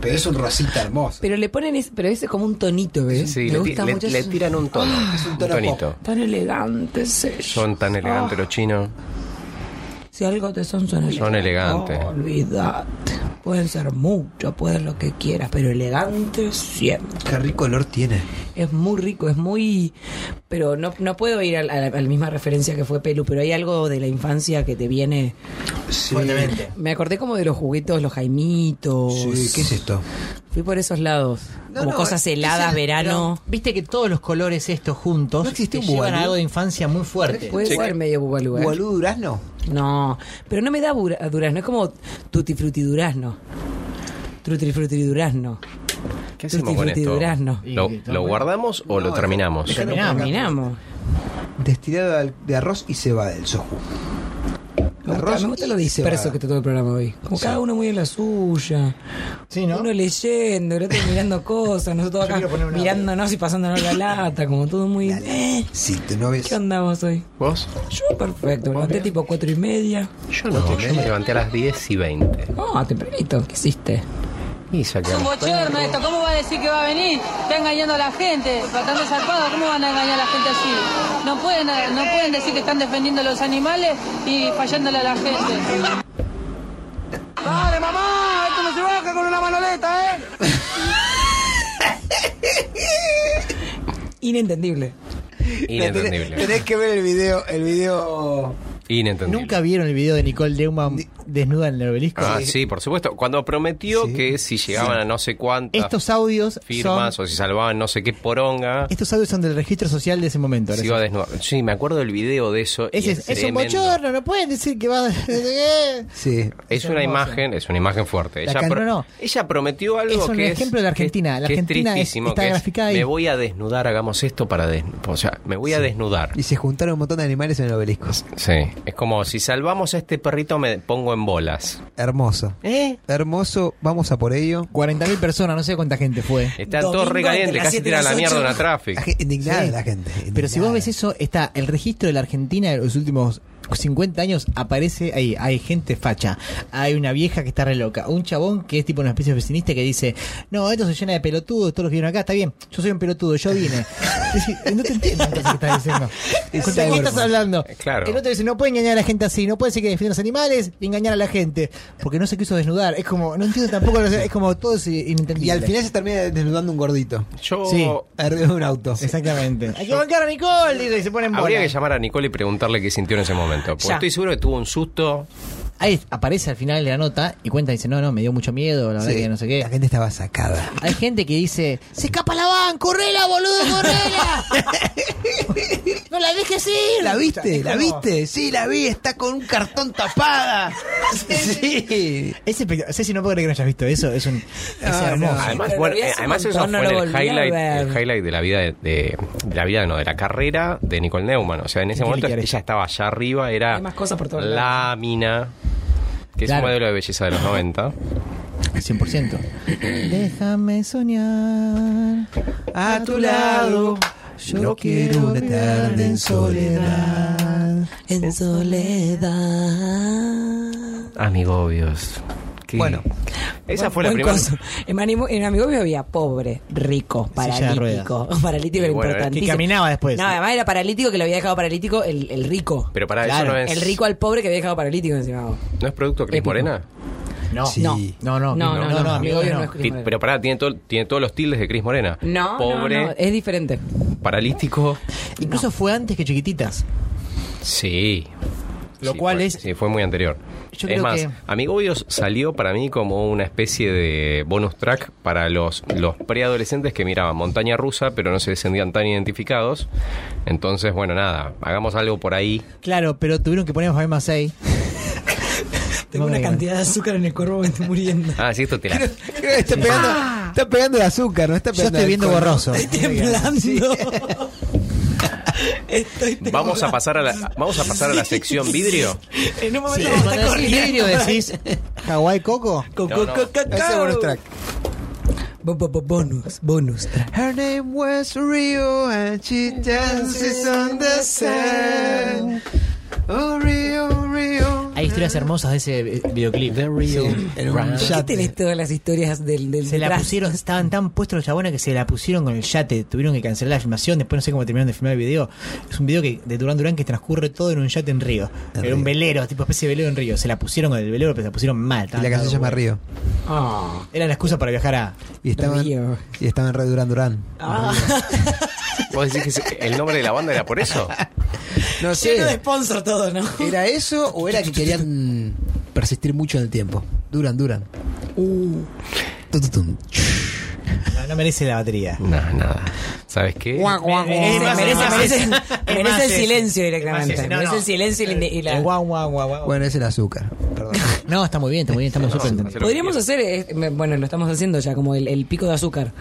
Pero es un rosita hermoso.
Pero le ponen ese, pero ese es como un tonito, ¿ves?
Sí,
me
le, ti-
gusta
le-
mucho.
le
esos-
tiran un tono. un
tono
tonito. Ah.
Tan elegantes ellos.
Son tan elegantes los chinos.
Ah, Si algo te son, son elegantes.
Son elegantes.
No, olvídate. Pueden ser mucho, pueden lo que quieras, pero elegantes siempre.
Qué rico olor tiene.
Es muy rico, es muy... Pero no, no puedo ir a la, a la misma referencia que fue Pelu, pero hay algo de la infancia que te viene...
Sí.
Fuertemente.
Me acordé como de los juguetos, los jaimitos.
Sí, ¿qué es esto?
Fui por esos lados.
No,
como
no,
cosas heladas,
es el-
verano.
Viste que todos los colores estos juntos
No existe
te
un
llevan a
Bugalú.
algo de infancia muy fuerte.
Puede ser medio bubalú. ¿eh?
¿Gualú durazno?
No, pero no me da bura- durazno, es como tutti frutti durazno. Tutti frutti durazno.
¿Qué hacemos
Tutti
con
frutti
esto?
durazno.
¿Lo, lo guardamos o lo terminamos?
Terminamos.
Destilado al- de arroz y cebada del soju.
Me gusta, me gusta lo disperso que está todo el programa hoy. Como cada uno muy en la suya.
Sí, ¿no?
Uno leyendo, el otro mirando cosas, nosotros acá mirándonos y pasándonos la lata, como todo muy... Eh,
Si tu novia
¿Qué onda vos hoy?
¿Vos?
Yo perfecto, me levanté tipo cuatro y media.
Yo no, yo me levanté a las 10 y 20.
Ah, tempranito, ¿qué hiciste?
Y saqué.
Un bochorno esto, ¿cómo va a decir que va a venir? Está engañando a la gente, tratando zarpado, ¿cómo van a engañar a la gente así? No pueden, no pueden decir que están defendiendo a los animales y fallándole a la gente.
¡Dale, mamá! ¡Esto no se baja con una manoleta, eh!
Inentendible.
Inentendible.
Tenés que ver el video, el video.
Inentendible.
¿Nunca vieron el video de Nicole Neumann desnuda en el obelisco?
Ah, sí, por supuesto. Cuando prometió
Sí.
que si llegaban a no sé cuántas
Estos audios
firmas
son...
o si salvaban no sé qué poronga,
Estos audios son del registro social de ese momento.
se
ahora
iba a
sí.
desnudar. Sí, me acuerdo del video de eso. y
Ese
es
es, es un
tremendo.
bochorno, no pueden decir que va... a...
Sí.
Es
Es
una
hermoso.
imagen, es una imagen fuerte.
La
Ella,
can-
pro-
no, no.
ella prometió algo
Es un
que
ejemplo de la
que-
Argentina. La
que
Argentina es-
es tristísimo,
está
que es,
graficada ahí.
Me voy a desnudar, hagamos esto para desnudar. O sea, me voy a desnudar.
Y se juntaron un montón de animales en el obelisco.
Sí, es como si salvamos a este perrito me pongo en bolas.
Hermoso.
¿Eh?
Hermoso, vamos a por ello.
40.000 personas, no sé cuánta gente fue.
Están
Domingo
todos
entre
recalientes,
las
casi
siete y
tiran
las
la mierda
ocho.
una
La
traffic.
gente- indignada
Sí.
la gente.
Pero si vos
indignada.
ves eso, está el registro de la Argentina de los últimos 50 años, aparece ahí, hay gente facha, hay una vieja que está re loca, un chabón que es tipo una especie de oficinista que dice, no, esto se llena de pelotudos, todos los vieron acá, está bien, yo soy un pelotudo, yo vine. Es decir, no te entiendo entonces qué estás diciendo. ¿Contra qué estás hablando?
Eh, claro.
El otro dice, no puede engañar a la gente así, no puede ser que defienda a los animales y engañar a la gente, porque no se quiso desnudar, es como, no entiendo tampoco, es como todo es inentendible.
Y al final se termina desnudando un gordito.
Yo
Sí.
Arriba de un auto.
Exactamente. Hay que bancar a Nicole, dice, y se ponen
habría que llamar a Nicole y preguntarle qué sintió en ese momento. Porque
Ya.
estoy seguro que tuvo un susto.
Ahí aparece al final de la nota y cuenta, dice, no, no, me dio mucho miedo, la verdad
Sí.
que no sé qué.
La gente estaba sacada.
Hay gente que dice, se escapa la van, correla, boludo, correla. no la dejes ir.
¿La viste?
Es
¿La
como-
viste? Sí, la vi. Está con un cartón tapada. Sí.
Es espectacular. Ceci, no puedo creer que no hayas visto eso. Es, un, es
no,
hermoso.
no.
Además,
pero
bueno,
lo vi
eh,
hace un
además eso
montón,
fue
no
en
lo
el
volví a
highlight,
ver.
el highlight de la vida de, de- de la vida no, de la carrera de Nicole Neumann. O sea, en ese
¿Qué
momento
le
ella
querés?
estaba allá arriba, era
Hay más cosas por todos
la mina, que es
Claro.
un modelo de belleza de los 90.
100%. Déjame soñar.
A tu lado. Yo no quiero una tarde en soledad.
En soledad.
Amigo, obvios. Qué-
Bueno.
esa
Buen-
fue la
buen
primera.
coso. En, Manimo- en Amigobio había pobre, rico,
Silla de
paralítico. Paralítico
Y
era
bueno,
importantísimo.
que caminaba después.
No, además era paralítico que lo había dejado paralítico el, el rico.
Pero para
Claro,
eso no es.
El rico al pobre que había dejado paralítico encima.
¿No es producto Cris
Épico.
Morena?
No.
Sí.
No.
No, no, no,
No, no,
no,
no,
no, amigo,
Amigobio
no.
no es Cris
Ti-
Morena.
Pero pará, tiene, todo- tiene todos los tildes de Cris Morena.
No,
Pobre,
no, no, es diferente.
paralítico.
Incluso fue antes que chiquititas.
Sí.
Lo
Sí,
cual
fue-
es-
Sí, fue muy anterior.
Yo
es
creo
más,
que-
Amigobios salió para mí como una especie de bonus track para los, los preadolescentes que miraban montaña rusa, pero no se sentían tan identificados. Entonces, bueno, nada, hagamos algo por ahí.
Claro, pero tuvieron que poner a Fabián Macei
Tengo
Muy
una
bueno.
cantidad de azúcar en el cuerpo que me estoy muriendo.
Ah, sí, esto te la.
está, pegando, está pegando el azúcar, no está
Ah. Yo
pegando
estoy viendo
alcohol.
borroso.
Estoy temblando. Estoy temblando.
Vamos a pasar a la, vamos a pasar a la sección vidrio.
En un momento me está
Cuando decís vidrio
corriendo.
decís Hawái Coco.
Co-
No,
co-
no.
co- co-
Ese es el bonus track.
Bo- bo- bo- bonus, bonus.
Her name was Rio and she dances on the sand. Oh, Rio, Rio.
Hay historias hermosas de ese eh, videoclip. Sí.
En un
¿Qué
yate.
tenés todas las historias del, del
Se la
detrás?
pusieron, estaban tan puestos los chabones que se la pusieron con el yate. Tuvieron que cancelar la filmación. Después no sé cómo terminaron de filmar el video. Es un video que, de Durán Durán que transcurre todo en un yate en Río.
En
Era
Río.
un velero, tipo especie de velero en Río. Se la pusieron con el velero, pero se la pusieron mal.
Y la
estaban
canción se llama
dado
Río.
Ah.
vuelta. Era la excusa para viajar a.
Y estaban,
Río.
y estaban re Durán Durán.
¿Vos decís que se- el nombre de la banda era por eso?
No
Lleno de
sé,
sponsor todo, ¿no?
¿era eso o era que querían persistir mucho en el tiempo? Duran, Duran. Uh. Tututum.
No, no merece la batería.
No, nada. ¿Sabes qué?
Merece,
Es más,
merece,
es más,
merece-
es más,
merece
es más,
el
es-
silencio
es más,
directamente.
es- no,
merece
no.
el silencio y la- y la-
El guau, guau, guau, guau.
Bueno, es el azúcar. Perdón.
No, está muy bien, está muy bien, estamos súper
No,
entendidos.
hacer lo que
Podríamos
quieras.
hacer, eh, me- bueno, lo estamos haciendo ya, como el, el pico de azúcar.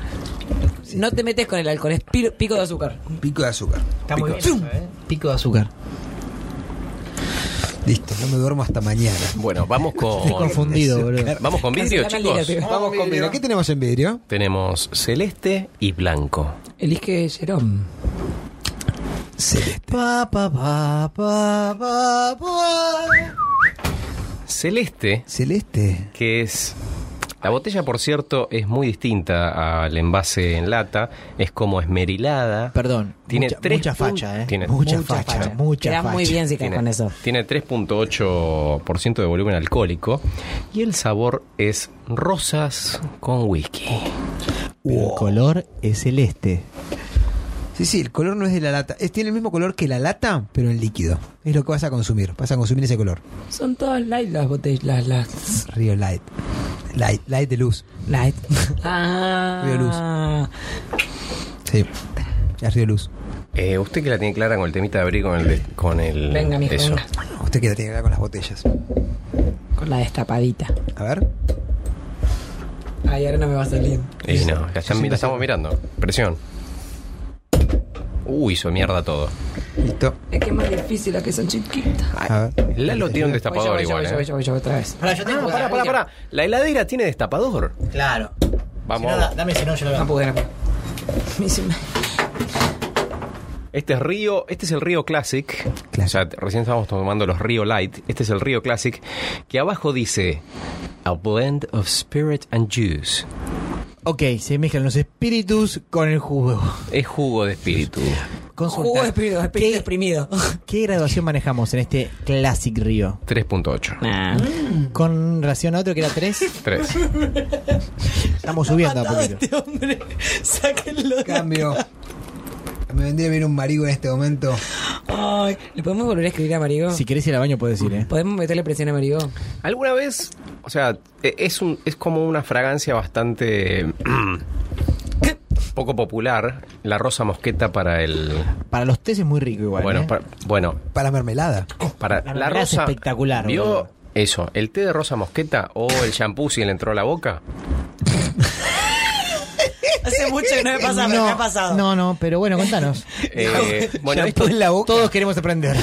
No te metes con el alcohol, es pi- pico de azúcar.
Pico de azúcar.
Está muy bien. eso, ¿eh? Pico de azúcar.
Listo, no me duermo hasta mañana.
Bueno, vamos
Estoy
con.
confundido, boludo.
Vamos con vidrio,
Cancelame el
chicos.
día,
Vamos con vidrio. ¿Qué tenemos en vidrio?
Tenemos celeste y blanco.
Elige Jerón.
Pa, pa, pa, pa, pa, pa.
Celeste,
Celeste.
que es. La botella, por cierto, es muy distinta al envase en lata. Es como esmerilada.
Perdón.
Tiene
mucha,
tres
mucha facha,
pun-
¿eh?
tiene
mucha,
mucha
facha,
facha.
mucha
Queda
facha.
muy bien si caes
Tiene,
con eso.
tiene 3.8% de volumen alcohólico. Y el sabor es rosas con whisky.
Pero El color es celeste.
Sí, sí, el color no es de la lata. Es, tiene el mismo color que la lata, pero en líquido. Es lo que vas a consumir. Vas a consumir ese color.
Son todas light las botellas, las, las
Río Light. Light, light de luz.
light. Ah.
Veo Sí. Es Río Luz.
Eh, usted que la tiene clara con el temita de abrir con el... de- con el
Venga, mijo,
eso.
venga.
Usted que la tiene que ver con las botellas.
Con la destapadita.
A ver.
Ay, ahora no me va a salir.
Y no, la, están- la estamos mirando. Presión. Uy, hizo mierda todo.
Listo.
Es que es más difícil la que son chiquitas.
A ver.
Lalo tiene un destapador
Voy yo, voy
igual,
yo, voy
¿eh?
yo, voy yo, otra vez.
Pará, yo
Ah, pará, pará, pará. La heladera tiene destapador.
Claro.
Vamos.
Si no, da- dame si no, yo lo
No
veo.
pude, no pude. Me hice- me-
Este es Río, este es el Río Classic.
Classic.
O sea, te- recién estábamos tomando los Río Light. Este es el Río Classic que abajo dice A blend of spirit and juice.
Ok, se mezclan los espíritus con el jugo.
Es jugo de espíritu.
Consulta.
Jugo de espíritu, espíritu
¿Qué-
exprimido.
¿Qué graduación manejamos en este Classic Río?
3.8.
Mm. Con relación a otro que era 3,
3.
estamos subiendo a poquito.
Este hombre, sáquenlo. de
Cambio. Me vendría bien un marigo en este momento.
Ay, ¿le podemos volver a escribir a Marigo?
Si querés ir al baño, puedes ir, ¿eh?
¿Podemos meterle presión a Marigo?
¿Alguna vez? O sea, e- es, un, es como una fragancia bastante poco popular, la rosa mosqueta para el...
Para los tés es muy rico igual.
Bueno,
¿eh?
para, bueno,
Para mermelada.
para
La
la,
verdad es
rosa...
espectacular,
¿Vio
boludo.
eso? ¿El té de rosa mosqueta o el shampoo si le entró a la boca?
Hace mucho que no me pasa, pero me ha pasado.
No, no, pero bueno, contanos.
Eh, bueno,
Shampoo
esto,
en la boca. Todos queremos aprender.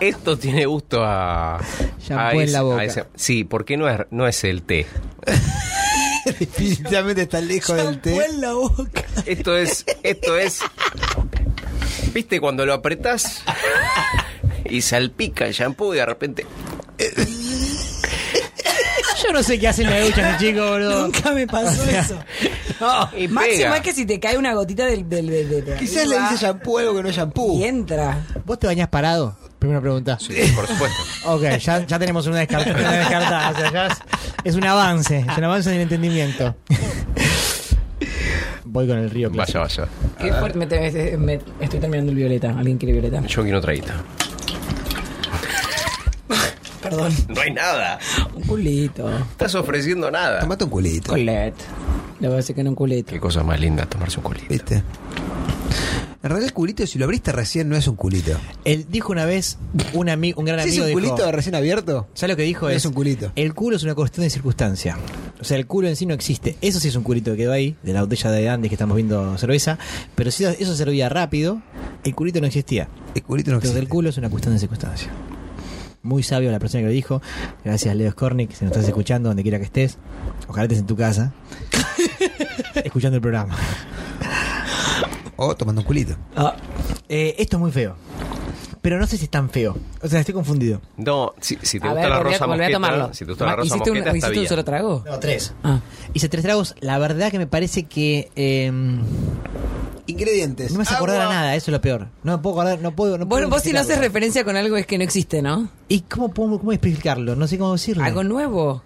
esto tiene gusto a... a
Shampoo en la
a
boca.
sí, porque no es, no es el té.
Definitivamente está lejos del té.
en la boca.
Esto es... Esto es... ¿Viste cuando lo apretás y salpica el shampoo y de repente...
Yo no sé qué hacen las duchas, chicos, este boludo.
Nunca me pasó eso.
Y
Máximo
pega.
es que si te cae una gotita del... del, del, del- de
Quizás le
arriba
dice shampoo algo que no es
Y
shampoo.
entra.
¿Vos te bañás parado? Primera pregunta.
Sí, por supuesto.
Ok, ya, ya tenemos una descartada. Una descartada, o sea, ya es, es un avance, es un avance en el entendimiento. Voy con el río.
Vaya,
Clásico.
vaya.
Qué fuerte. Me, te- me- me- estoy terminando el violeta. ¿Alguien quiere violeta?
Yo quiero otra guita.
Perdón.
No hay nada.
Un culito.
Estás ofreciendo nada.
Tomate un culito.
Colette. Le voy a decir que no un culito.
Qué cosa más linda tomarse un culito.
¿Viste? En realidad el culito, si lo abriste recién, no es un culito.
Él dijo una vez un, ami- un gran
Si
amigo.
es un
dijo,
culito recién abierto,
Ya lo que dijo
no
es,
es un culito.
El culo es una cuestión de circunstancia. O sea, el culo en sí no existe. Eso sí es un culito que quedó ahí, de la botella de Andes que estamos viendo cerveza. Pero si eso servía rápido, el culito no existía.
El culito no
Entonces
existe.
el culo es una cuestión de circunstancia. Muy sabio la persona que lo dijo. Gracias Leo Skornik, si nos estás escuchando, donde quiera que estés. Ojalá estés en tu casa. escuchando el programa.
O tomando un culito.
Eh, esto es muy feo. Pero no sé si es tan feo. O sea, estoy confundido.
No, si, si te
A
gusta
ver,
la
volví a-
rosa
volví a
mosqueta,
tomarlo.
si te gusta la
Ah,
rosa
¿hiciste un-
mosqueta, está
hiciste un
bien.
solo trago?
No, tres.
Ah.
Hice tres tragos. La verdad que me parece que... em,
Ingredientes.
No me hace acordar a
Agua.
nada, eso es lo peor. No me puedo acordar, no puedo. No
Bueno,
puedo
vos si no haces
explicarlo.
referencia con algo es que no existe, ¿no?
¿Y cómo, puedo, cómo explicarlo? No sé cómo decirlo.
Algo nuevo.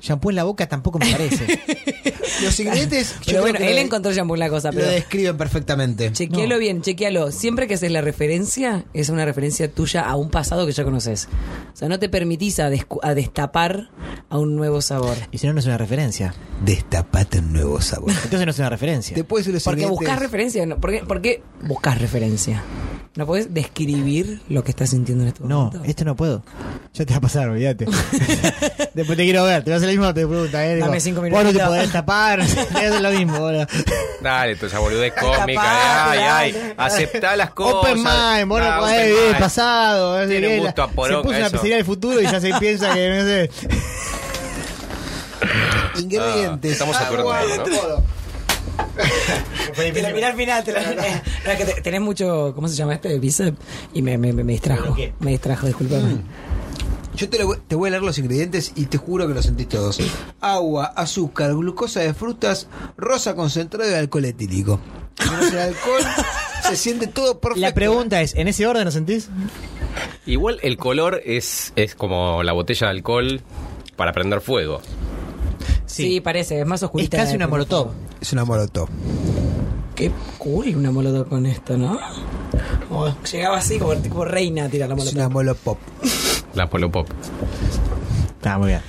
Shampoo en la boca tampoco me parece.
Los ingredientes. yo
Pero
creo
bueno,
que lo
él
de-
encontró shampoo en la cosa,
Lo
pero
describen perfectamente.
chequealo bien, chequealo. Siempre que haces la referencia, es una referencia tuya a un pasado que ya conoces. O sea, no te permitís a, descu- a destapar a un nuevo sabor.
y si no, no es una referencia.
Destapate un nuevo sabor.
Entonces no es una referencia.
Te puedes ir los
Porque
ingredientes.
buscas referencia, ¿no? ¿Por qué, por qué buscas referencia? ¿No podés describir lo que estás sintiendo en este
No,
momento?
esto no puedo. Ya te va a pasar, olvídate. Después te quiero ver, te voy a hacer la misma pregunta. Eh, Digo,
Dame cinco
Vos no te
minutitos.
podés tapar, te voy a hacer lo mismo. boludo.
Dale, tú esa boludez cómica.
Tapate,
de, ay, ay.
dale.
Aceptá las cosas.
Open mind, vos
Ah,
no podés
open
vivir el
mind.
pasado. no sé
Tiene
qué,
un
la-
gusto a poronga
se puso una
eso.
pizzería del futuro y ya se piensa que no sé.
Ingredientes.
Ah, estamos
Agua,
aturdidos, ¿no?
todo.
Te la miré al final, te la miré. No, es que te- tenés mucho, ¿cómo se llama este? Bíceps. Y me, me, me- me distrajo.
bloqueé.
Me distrajo, disculpame.
Mm, Yo te, lo voy- te voy a leer los ingredientes y te juro que los sentís todos. Agua, azúcar, glucosa de frutas, rosa concentrado y alcohol etílico. Menos el alcohol, se siente todo perfecto.
La pregunta es: ¿en ese orden lo sentís?
Igual el color es, es como la botella de alcohol para prender fuego.
Sí. parece, es más
Es
oscurita.
casi una
de-
molotov.
Es una molotov.
Qué cool una molotov con esto, ¿no? Como llegaba así como tipo reina a tirar la
Es
molotov.
una molotov.
La Polo Pop.
Está Ah, muy bien.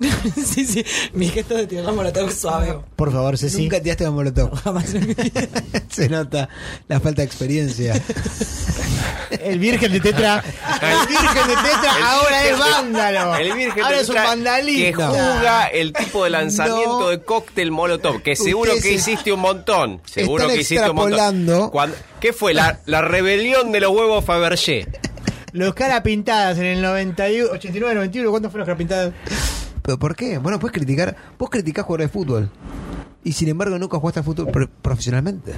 sí, sí. Mi gesto de tirar la molotov es suave.
Por favor, Ceci.
Nunca tiraste una molotov.
Jamás en mi vida.
se nota la falta de experiencia.
El virgen de Tetra. El virgen de Tetra
El
ahora
virgen
es
de-
vándalo.
El virgen
ahora
de
es un
Ultra Que
vandalista.
juga el tipo de lanzamiento
No.
de cóctel molotov. Que seguro
Ustedes
que
es-
hiciste un montón. Seguro
están
que hiciste un montón.
extrapolando.
Cuando- ¿Qué fue? La, la rebelión de los huevos Fabergé.
Los caras pintadas en el 91, 89, 91. ¿Cuántas fueron las caras pintadas?
¿Pero por qué? Bueno, puedes criticar. Vos criticás jugadores de fútbol. Y sin embargo, nunca jugaste a fútbol pro- profesionalmente.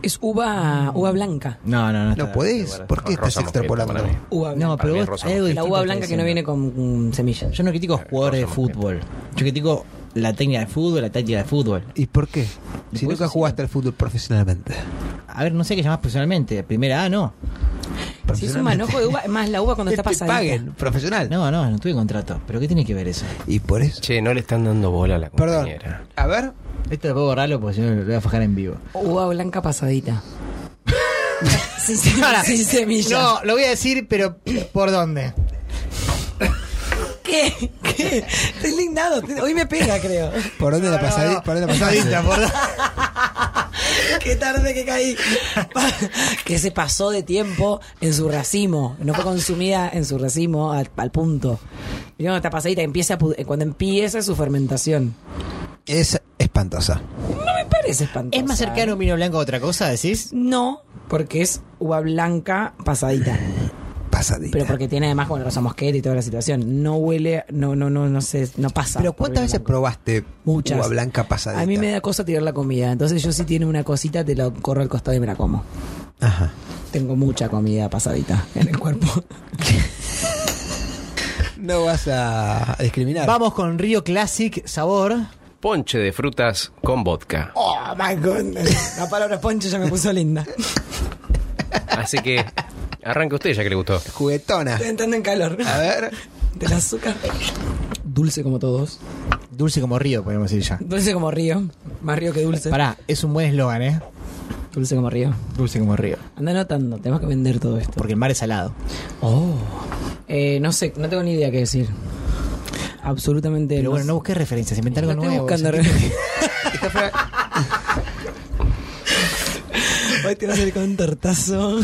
Es uva, uva blanca.
No, no, no.
No podés. ¿Por qué
Rosa
estás
mosqueta
extrapolando?
para mí.
Uva blanca.
No,
Para mí
pero
es
vos,
rosa
hay algo
la
distinto
uva
estás
blanca que
diciendo.
no
Eh,
viene con mm, semilla.
Yo no critico a los jugadores de
rosa mosqueta.
fútbol. Yo critico la técnica de fútbol, la táctica de fútbol.
¿Y por qué? Si
Después
nunca
sí.
jugaste al fútbol profesionalmente.
A ver, no sé qué llamás personalmente. Primera A, no.
Si es un manojo de uva, es más la uva cuando
Que
está
te
pasadita.
paguen, profesional.
No, no, no tuve contrato. ¿Pero qué tiene que ver eso?
Y por eso.
Che, no le están dando bola a la
Perdón.
compañera.
A ver.
Esto lo puedo borrarlo porque si no lo voy a fajar en vivo.
Uva blanca pasadita. sin, sem- sin semillas.
No, lo voy a decir, pero ¿por dónde?
¿Qué? ¿Qué? Estoy lindado. Hoy me pega, creo.
¿Por dónde la pasadi- por dónde la pasaste?
por dónde.
Qué tarde que caí. Pa- que se pasó de tiempo en su racimo. No fue consumida en su racimo al, al punto. Vieron esta pasadita empieza a pud- cuando empieza su fermentación.
Es espantosa.
No me parece espantoso.
¿Es más cercano un vino blanco a otra cosa, decís?
No, porque es uva blanca pasadita.
Pasadita.
Pero porque tiene además con rosa mosqueta y toda la situación. No huele, no, no, no, no sé, no pasa.
Pero
por
¿cuántas
vino
veces
blanco.
probaste
Muchas.
uva blanca pasadita?
A mí me da cosa tirar la comida. Entonces yo si tiene una cosita te la corro al costado y me la como.
Ajá.
Tengo mucha comida pasadita en el cuerpo.
No vas a a discriminar.
Vamos con Río Classic Sabor.
Ponche de frutas con vodka.
Oh my goodness. La palabra poncho ya me puso linda.
Así que arranca usted ya que le gustó.
Juguetona.
Estoy entrando en calor.
A ver.
Del azúcar. Dulce como todos.
Dulce como río, podemos decir ya.
Dulce como río. Más río que dulce.
Pará, es un buen eslogan, ¿eh?
Dulce como río.
Dulce como río.
Anda anotando, tenemos que vender todo esto.
Porque el mar es salado.
Oh. Eh, no sé, no tengo ni idea qué decir. Absolutamente
Pero
no
bueno,
sé.
no busqué referencias, inventé algo
No estoy
nuevo.
buscando
¿sí?
re- Hoy te vas a ir con un tortazo.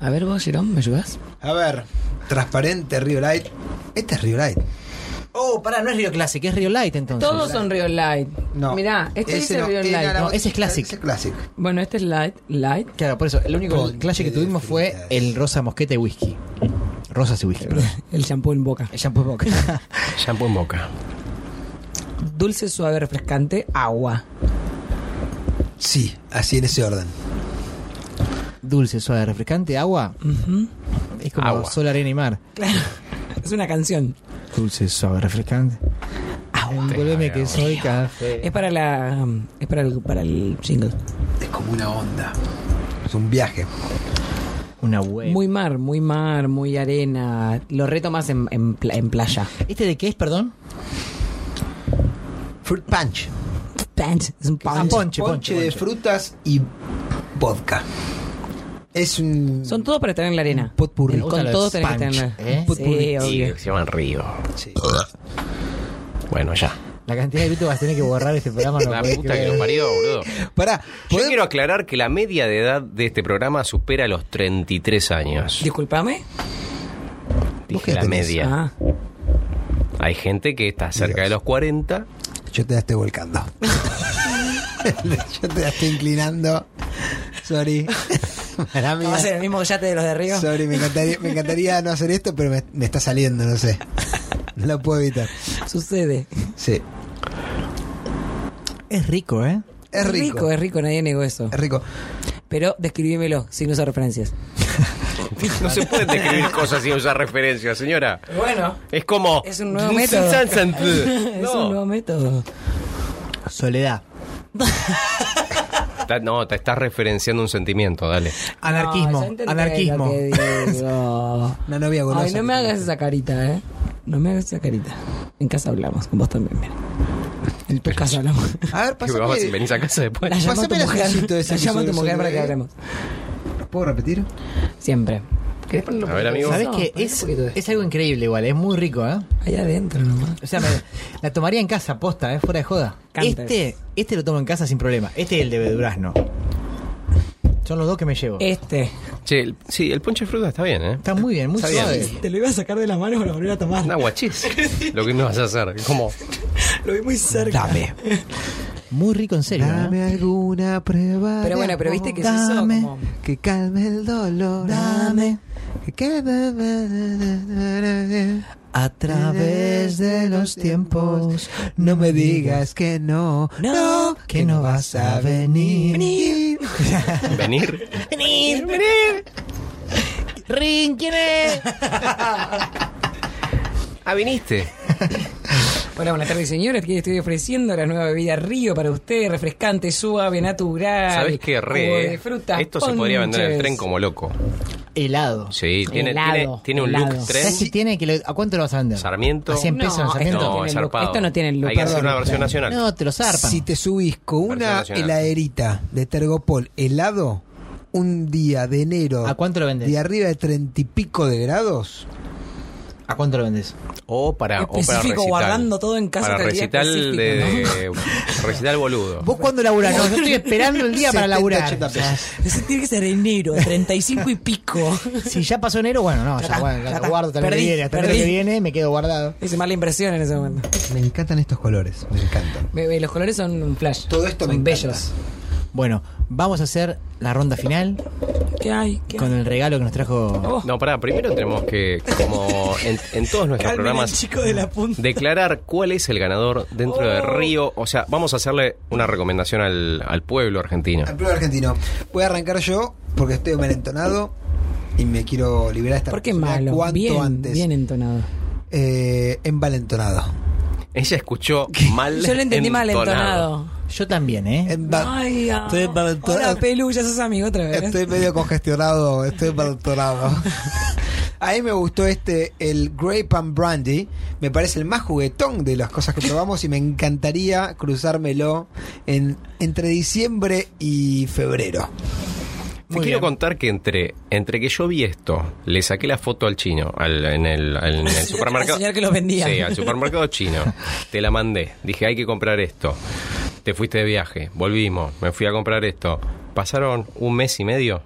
A ver vos, Jerón, ¿me ayudás?
A ver, transparente Rio Light. Este es Rio Light.
Oh, pará, no es Río Classic, es Río Light entonces.
Todos son Rio Light.
No.
Mirá, este
Ese
dice
no,
Rio
era
Light.
la-
No, ese es Classic.
Ese es Classic.
Bueno, este es Light. Light.
Claro, por eso, el único
Ponte
clash que
de
tuvimos fue
fritas.
el rosa mosqueta y whisky. Rosas y whisky, perdón.
El shampoo en boca.
El shampoo boca.
Shampoo en boca.
Dulce, suave, refrescante, agua.
Sí, así en ese orden.
Dulce, suave, refrescante, agua. Es como
Agua.
sol, arena y mar.
Claro. Es una canción.
Dulce, suave, refrescante. Agua. Vuelveme que soy café.
Es para la. Es para el, para el jingle.
Es como una onda. Es un viaje.
Una web.
Muy mar, muy mar, muy arena. Lo reto más en, en pla- en playa.
¿Este de qué es, perdón?
Fruit punch.
Punch, es un punch.
Ah,
Ponche,
ponche, ponche,
de
ponche.
frutas y vodka. Es un.
Son todos para estar en la arena.
Potpourri.
El- Con
Ojalá
todos
es
tenés que
punch,
tener.
¿eh?
Sí, obvio.
se llama Río.
Sí.
Bueno, ya.
La cantidad de minutos vas a tener que borrar este programa. no
La
puedes
puta que
creer.
lo parió, boludo.
Pará,
Yo
¿podemos-
quiero aclarar que la media de edad de este programa supera los 33 años.
Disculpame.
¿Vos
Dije
qué
la
tenés?
media.
Ah.
Hay gente que está cerca de los 40.
Yo te la estoy volcando. Yo te la estoy inclinando. Sorry. Pará,
¿Va a
mira.
ser el mismo yate de los de Río?
Sorry, me encantaría, me encantaría no hacer esto, pero me, me está saliendo, no sé. No lo puedo evitar.
Sucede.
Sí.
Es rico, ¿eh?
Es rico.
es rico, Er nadie negó eso.
Es rico.
Pero describímelo, sin usar referencias.
No se pueden describir cosas sin usar referencias, señora.
Bueno.
Es como.
Es un nuevo método. Es un nuevo
No,
método.
Soledad.
Ta- no, te estás referenciando un sentimiento, dale.
Anarquismo.
ya entendí
anarquismo.
lo que digo.
Una novia golosa.
Ay, no me hagas esa carita, ¿eh? No me hagas esa carita. En casa hablamos, con vos también, mira. En tu casa hablamos.
A ver,
Que vamos, si
pásame.
venís a casa después.
La llama a tu
Pásame la solcito
mujer.
esa
La
que
llama a tu
sube-
mujer para que
sube.
hablemos.
¿Puedo repetir?
Siempre. ¿Querés ponerlo
A ver,
un poquito
amigo.
de
¿Sabes
eso?
qué?
Ponle un
Es,
poquito de-
es algo increíble igual, es muy rico, ¿eh?
Allá adentro nomás.
O sea, me- la tomaría en casa, posta, ¿eh? Fuera de joda.
Canta.
Este, este lo tomo en casa sin problema. Este es el de durazno. Son los dos que me llevo.
Este.
Che, el- sí, el ponche de fruta está bien, ¿eh?
Está muy bien, muy
Está bien.
suave.
Te lo iba a sacar de la mano para volver a tomar.
Una guachis. Lo que me vas a hacer. Como.
Lo vi muy cerca.
Dame. Muy rico en serio. ¿eh?
alguna prueba.
Pero bueno, pero viste que es eso, como-
que calme el dolor.
Dame.
que calme-
A través de los tiempos, no me digas
que no,
no, que no vas a venir.
Venir.
Venir.
Venir, venir. Rin, ¿quién es?
Ah, viniste.
Hola, buenas tardes, señores. Aquí estoy ofreciendo la nueva bebida Río para usted, refrescante, suave, natural.
¿Sabes qué? Re.
jugo
eh?
de fruta,
Esto se podría vender en el
ponches.
tren como loco.
Helado.
Sí, tiene,
Helado,
tiene, tiene un
helado.
look
¿Sabes
tren.
si tiene que lo- ¿A cuánto lo vas a vender?
Sarmiento.
¿A 100 pesos en
No,
Sarmiento?
esto no
No, es
tiene look.
zarpado.
Esto no tiene look.
Hay que hacer
Perdón.
una versión nacional.
No, te lo zarpan.
Si te subís con
Versión
una
nacional.
heladerita de Tergopol helado, un día de enero
¿A cuánto lo vendes?
de arriba de treinta y pico de grados,
¿A cuánto lo vendes?
O para, o para
Específico,
recital.
guardando todo en casa,
Para
te diría
recital de,
específico,
de- recital boludo.
¿Vos cuándo laburás? No, yo estoy esperando el día para
70,
laburar.
80
O sea,
Ese tiene que ser enero, 35 y pico.
Ah, si ya pasó enero, bueno, no, ya,
está,
bueno,
ya
ya lo
está.
guardo hasta el año que
Perdí,
viene. Hasta el año
perdí.
que viene me quedo guardado.
Hice mala impresión en ese momento.
me encantan estos colores, me encantan.
Ve- ve, Los colores son un flash.
Todo esto me
son
encanta.
bellos.
Bueno, vamos a hacer la ronda final
¿Qué hay? ¿Qué
con
hay?
el regalo que nos trajo.
Oh,
No, pará, primero tenemos que, como en, en todos
calmen
nuestros
al
programas,
chico de
Mm.
la punta.
declarar cuál es el ganador dentro de
Oh.
Río. O sea, vamos a hacerle una recomendación al, al pueblo argentino.
Al pueblo argentino. Voy a arrancar yo porque estoy malentonado y me quiero liberar de esta
¿Por qué
persona
malo?
cuanto
Bien,
antes.
bien entonado.
Eh, envalentonado.
Ella escuchó mal.
Yo lo entendí mal
entonado.
entonado.
Yo también, ¿eh?
Enva-
Ay, ah.
Estoy envalentonado.
Hola, Pelu, ya sos amigo otra vez.
Estoy medio congestionado, estoy envalentonado. A mí me gustó este, el Grape and Brandy. Me parece el más juguetón de las cosas que probamos y me encantaría cruzármelo en, entre diciembre y febrero.
Te quiero contar que entre, entre que yo vi esto, le saqué la foto al chino, al, en el, al- en el supermercado.
señor que lo vendía.
Sí, al supermercado chino. Te la mandé. Dije, hay que comprar esto. te fuiste de viaje, volvimos, me fui a comprar esto. Pasaron un mes y medio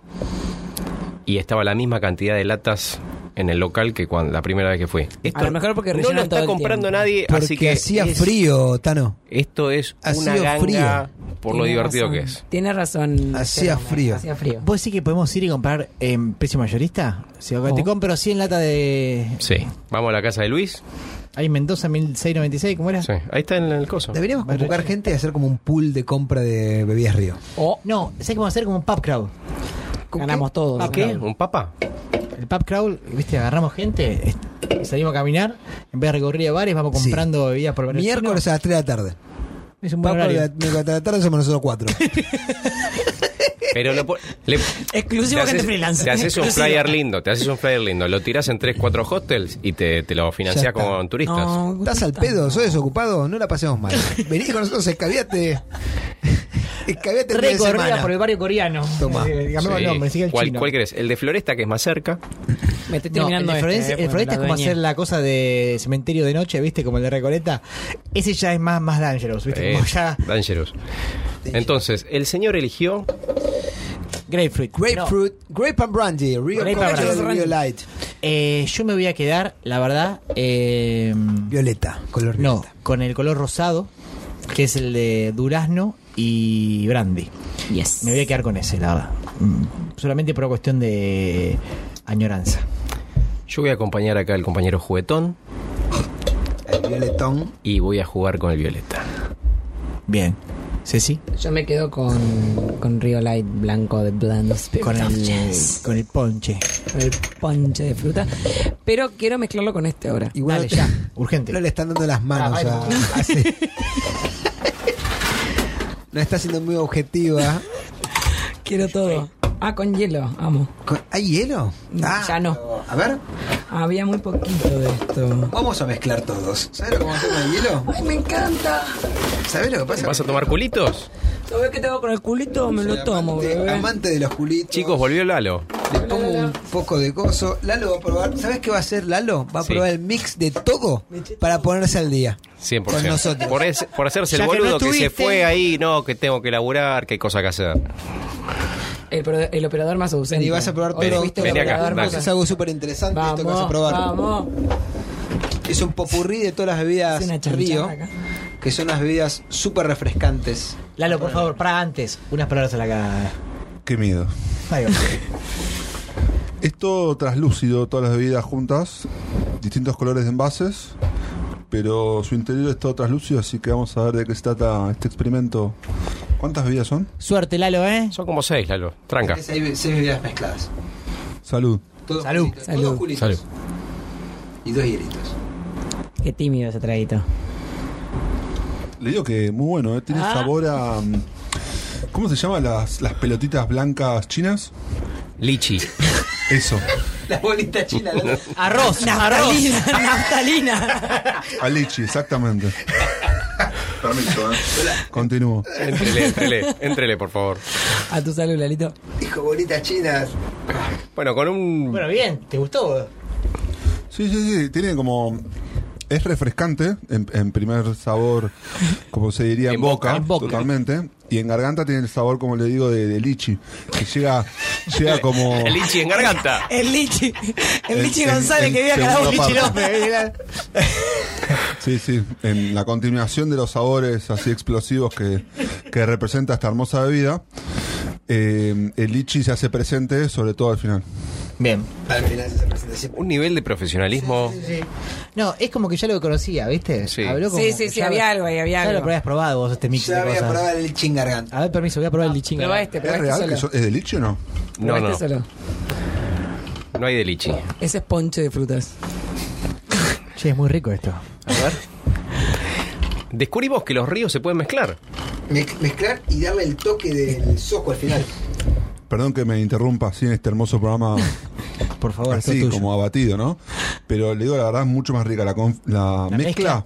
y estaba la misma cantidad de latas en el local que cuando, la primera vez que fui. Esto
a lo mejor porque
no lo
rellenan todo
está
el
comprando
tiempo.
nadie,
Porque
así que
hacía
es-
frío, Tano.
Esto es
Ha
una
sido
ganga
frío.
por lo
Tiene
divertido
razón.
que es.
Tiene razón.
Hacía
Fernanda,
frío.
Hacía frío.
¿Vos decís que podemos ir y comprar en precio mayorista? Si acá te
Oh.
compro 100 lata de.
Sí. Vamos a la casa de Luis.
Ahí en Mendoza 1696,
Ah.
¿cómo era?
Sí. Ahí está en el coso.
Deberíamos
Bueno,
convocar
che.
gente y hacer como un pool de compra de bebidas río.
O
No, sé que vamos a hacer como un pub crawl.
ganamos todos.
¿Ah, qué? ¿Un papa?
El pub crawl, viste, agarramos gente, est- salimos a caminar, en vez de recorrer a bares, vamos
Sí.
comprando bebidas por barrio
Miércoles a las 3 de la tarde.
chino. Es un buen
Paco, a
horario.
las 3 de la tarde somos nosotros cuatro.
Pero lo po- le-
Exclusivo
te
gente
haces-
freelance.
Te haces un
Exclusivo.
flyer lindo, te haces un flyer lindo. Lo tirás en 3, 4 hostels y te, te lo
Ya
financiás
está.
con turistas.
No,
¿Estás al pedo? ¿Sos desocupado? No la pasemos mal. Vení con nosotros, escabiate. Escabiate el fin de
Recorrida
semana.
por el barrio coreano.
Toma.
Eh,
Sí.
Cambiamos el nombre, sigue el
¿Cuál,
chino.
cuál querés? El de Floresta, que es más cerca.
Me estoy
No, el
terminando
de
este,
Florencia,
eh,
el
porque
Florencia
me
es
la
como
adueñé.
hacer la cosa de cementerio de noche, ¿viste? Como el de Recoleta. Ese ya es más, más dangerous, ¿viste?
Eh,
Como ya.
Dangerous. Entonces, el señor eligió
Grapefruit.
Grapefruit, Grape and Brandy, Rio
Grape and
Cocktail,
Brandy.
Rio Light.
No, eh, yo me voy a quedar, la verdad. eh,
Violeta, color
no,
violeta.
con el color rosado, que es el de durazno y brandy.
Yes.
Me voy a quedar con ese, la verdad. Mm, Solamente por una cuestión de añoranza.
Yo voy a acompañar acá al compañero juguetón
El violetón.
y voy a jugar con el violeta.
Bien. Ceci,
Yo me quedo con, con Rio Light blanco de Blend Spirit
con
of
el,
Jazz.
con el ponche.
Con el ponche de fruta. Pero quiero mezclarlo con este ahora.
Igual
Dale, ya, urgente.
No le están dando las manos
Ah,
a- así. No está siendo muy objetiva.
Quiero todo. Ah, con hielo. Amo.
Con- ¿Hay hielo? Ah.
Ya no.
A ver,
Había muy poquito de esto.
vamos a mezclar todos. ¿Sabes cómo hacemos el hielo?
Ay, me encanta.
¿Sabes lo que pasa?
¿Vas a tomar culitos?
¿Sabes qué te hago con el culito? Me lo tomo,
Amante,
bebé.
amante de los culitos.
Chicos, volvió Lalo.
Le pongo un poco de coso. Lalo va a probar. ¿Sabes qué va a hacer Lalo? Va a
Sí.
probar el mix de todo para ponerse al día.
100%.
Con nosotros.
Por, es- por hacerse
Ya
el
que no
boludo que, se
estuviste.
fue ahí, no, que tengo que laburar, que hay cosa que hacer.
El, pro- el operador más ausente.
Y vas a probar
Hoy
todo.
fuiste
todo
el
Vení acá,
operador
dale.
más
es algo súper interesante esto que vas a
Vamos,
probar.
vamos.
Es un popurrí de todas las
Es una
bebidas
chanchada
río,
acá.
que son unas bebidas súper refrescantes.
Lalo, por favor, para antes, unas palabras a la cara.
Qué miedo.
Ahí va.
Es todo translúcido, todas las bebidas juntas, distintos colores de envases, pero su interior es todo translúcido, así que vamos a ver de qué se trata este experimento. ¿Cuántas bebidas son?
Suerte, Lalo, ¿eh?
Son como seis, Lalo. Tranca.
Es- Hay seis bebidas mezcladas.
Salud.
Todos
Salud.
culitos,
Salud.
todos culitos.
Salud.
Y dos hielitos.
Qué tímido ese traguito.
Le digo que muy bueno, ¿eh? tiene
Ah.
sabor a... mm, ¿Cómo se llaman las, las pelotitas blancas chinas?
Lichi.
Eso,
La bolita china. la-
Arroz, arroz.
Naftalina, naftalina.
a leche, exactamente. Permiso, ¿eh? Continúo.
Entrele, entrele, entrele, por favor.
A tu salud, Lalito.
Dijo bolitas chinas.
Bueno, con un.
Bueno, bien, ¿te gustó?
Sí, sí, sí, tiene como... Es refrescante en, en primer sabor, como se diría en,
En boca,
boca,
en boca.
totalmente. Y en garganta tiene el sabor, como le digo, de, de lichi, que llega, llega como...
El Lichi en garganta.
El Lichi. El
En-
Lichi
en-
González
en
que vive acá
segunda
la Lichi
parte.
López.
Sí, sí, en la continuación de los sabores así explosivos que, que representa esta hermosa bebida, eh, el lichi se hace presente, sobre todo al final.
Bien.
Al final se presenta siempre.
Un nivel de profesionalismo.
No, es como que ya lo conocía, ¿viste?
Sí.
Habló como
Sí,
que
sí, sí,
ya-
había algo ahí, había
Ya lo
algo.
habías probado vos, este mix
Ya
de
voy a
cosas.
probar el chingarganta.
A ver, permiso, voy a probar el lichinga.
Probá este,
¿Es
probá
real?
este
que
solo.
so- ¿Es de lichi o no?
No,
Probá
no.
este solo.
No hay de Lichi.
Ese es ponche de frutas.
Che, es muy rico esto.
A ver. Descubrimos que los ríos se pueden mezclar.
Mez- Mezclar y darle el toque del soco al final.
Perdón que me interrumpa así en este hermoso programa,
Por favor, esto Oh, es
así
tuyo.
como abatido, ¿no? Pero le digo la verdad, es mucho más rica la, conf- la
¿La
mezcla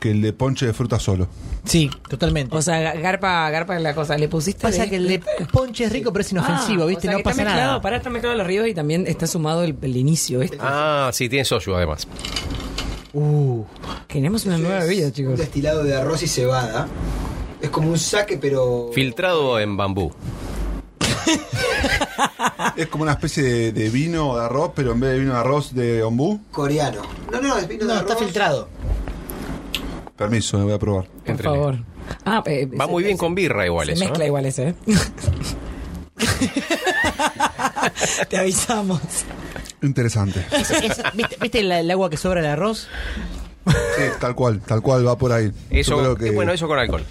que el de ponche de fruta solo.
Sí, totalmente.
O sea, ga- garpa, garpa la cosa. Le pusiste.
pasa
de-
que el de ponche es rico, pero es inofensivo,
Ah,
¿viste?
o sea,
no
que
pasa
está mezclado,
nada.
Pará, está mezclado los ríos y también está sumado el, el inicio, ¿viste?
Ah, sí, tiene soyu además.
Uh,
Queremos Uh, una nueva bebida,
Un
chicos.
destilado de arroz y cebada. Es como un saque, pero.
Filtrado en bambú.
Es como una especie de, de vino de arroz, pero en vez de vino de arroz de ombú.
Coreano. No, no, es vino de arroz.
está filtrado.
Permiso, me voy a probar.
Por
favor. Ah, eh,
Va
se-
muy bien con birra igual
se
eso.
mezcla
¿no?
igual ese, ¿eh? Te avisamos.
Interesante.
Es- es- ¿Viste, viste la- el agua que sobra el arroz?
Sí, tal cual, tal cual, va por ahí.
Eso,
Yo creo que
eh, bueno, eso con alcohol.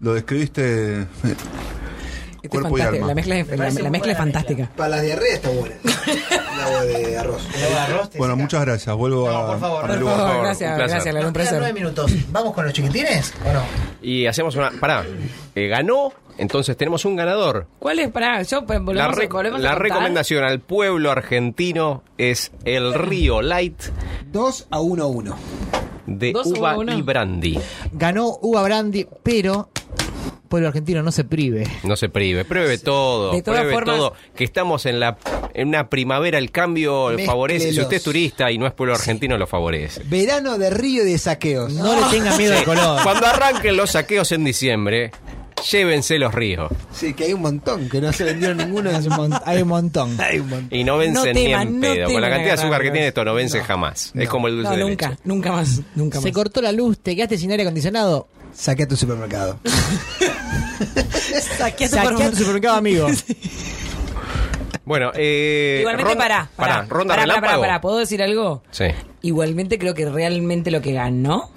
lo describiste eh,
Este es
cuerpo y
fantástico.
alma.
La mezcla es, la, la mezcla es fantástica.
Para las diarreas está buena. El agua de arroz.
El agua de arroz. te
Bueno,
saca.
muchas gracias. Vuelvo a,
por favor.
a mi
Por
lugar.
favor,
favor,
gracias,
un placer.
gracias, León, un
Nos quedan
placer.
nueve minutos. ¿Vamos con los chiquitines o no?
Y hacemos una. Pará. eh, ganó, entonces tenemos un ganador.
¿Cuál es? Pará, yo pues,
La,
volvemos,
re-
a- volvemos
la
a contar.
recomendación al pueblo argentino es el Río Light
2 a 1 a 1.
de
Dos o
uva
uno.
y brandy.
Ganó Uva Brandy, pero pueblo argentino no se prive.
No se prive, pruebe todo,
De todas
pruebe
formas-
todo. Que estamos en la en una primavera, el cambio favorece. Si
Mézclelos.
usted es turista y no es pueblo argentino, lo favorece.
Verano de río y de saqueos.
No le tengan miedo al color.
Cuando arranquen los saqueos en diciembre, llévense los ríos.
Sí, que hay un montón, que no se vendieron ninguno de
Hay
esos
un mon- Hay un montón.
Hay un montón.
Y no vencen
No
ni
teman,
en
no
pedo. Con la
teman
cantidad de azúcar que
agarrarlos.
tiene esto, no vencen jamás. Es como el dulce
No,
de
nunca,
leche.
nunca más, nunca
Se
más.
cortó la luz, te quedaste sin aire acondicionado.
Saqué a tu supermercado.
Saquea tu
Saqueaste el
supermercado.
supermercado, amigo.
Bueno, eh.
Igualmente,
ron-
pará, pará.
ronda
pará, pará,
relámpago.
pará, ¿Puedo decir algo?
Sí.
Igualmente creo que realmente lo que ganó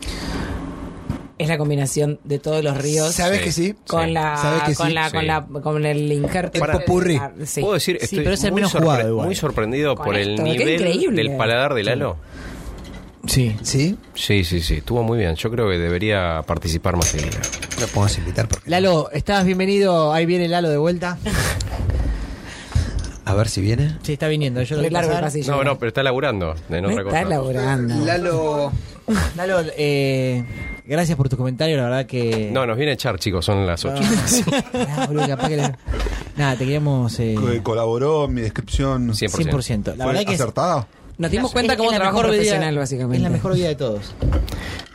es la combinación de todos los ríos.
¿Sabes que sí?
Con
Sí.
la,
¿Sabés que
con
sí?
la,
Sí.
con la, con el injerto.
El Pará. popurrí.
Ah, sí.
Puedo decir,
Sí,
estoy
pero es el
muy,
menos jugado
sorpre-
igual.
muy sorprendido
Con
por
esto,
el
qué
nivel
increíble.
del paladar de Lalo.
Sí.
¿Sí?
Sí, sí, sí, estuvo muy bien. Yo creo que debería participar más seguido.
Lo podemos invitar porque.
Lalo, estás bienvenido. Ahí viene Lalo de vuelta.
A ver si viene.
Sí, está viniendo. Yo lo
Re
vi
largo el
pasar.
pasillo.
No, no, pero está laburando en
No
otra cosa.
está elaborando.
Lalo.
Lalo, eh, gracias por tus comentarios. La verdad que.
No, nos viene a echar, chicos, son las 8.
Ah, boludo, capaz que le- Nada, te queríamos. eh,
Que colaboró en mi descripción.
100%.
100%. La verdad
¿Fue
que es,
acertada?
Nos dimos cuenta
es-
cómo
es la
trabajo
mejor vida-
profesional, básicamente.
Es la mejor vida de todos.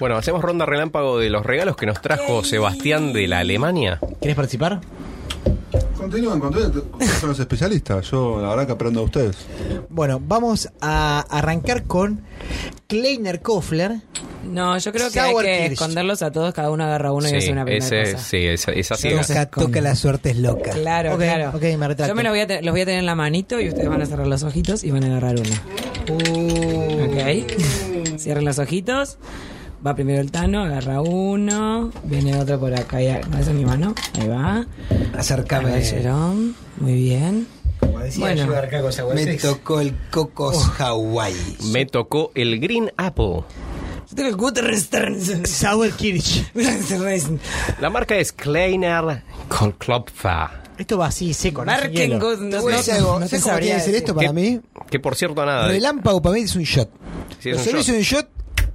Bueno, hacemos ronda relámpago de los regalos que nos trajo Sebastián de la Alemania.
¿Querés participar?
Continúen, continúen. Ustedes Son los especialistas. Yo, la verdad, que aprendo de ustedes.
Bueno, vamos a arrancar con Kleiner Kofler.
No, yo creo que hay
Sour
que
Kirsch.
esconderlos a todos, cada uno agarra uno y hace una primera
ese-
cosa.
sí, esa, esa sí era.
Toca, toca la suerte es loca.
Claro,
Ok,
claro.
ok, me retracto.
Yo me los voy, a te- los voy a tener en la manito y ustedes van a cerrar los ojitos y van a agarrar uno. Uh,
Uh.
Ok. Cierren los ojitos. Va primero el Tano, agarra uno. Viene otro por acá. y a- no, Esa es mi mano. Ahí va. Agarra
Acércame.
el Jerón. Muy bien. Bueno.
Me tocó el Cocos Hawaii.
Me tocó el Green Apple.
Yo tengo el Guterres.
Sauer Kirsch.
La marca es Kleiner Klopfer.
Esto va así, seco. no sin
Marquen
hielo.
Gut- no-
Te voy a
no-
decir algo.
no te
¿Sabes cómo
sabría
tiene que ser
decir.
esto para
¿Qué?
mí?
Que por cierto, nada. de-
Relámpago para mí es un shot.
Sí, es
Lo
un
servís
shot.
en un shot,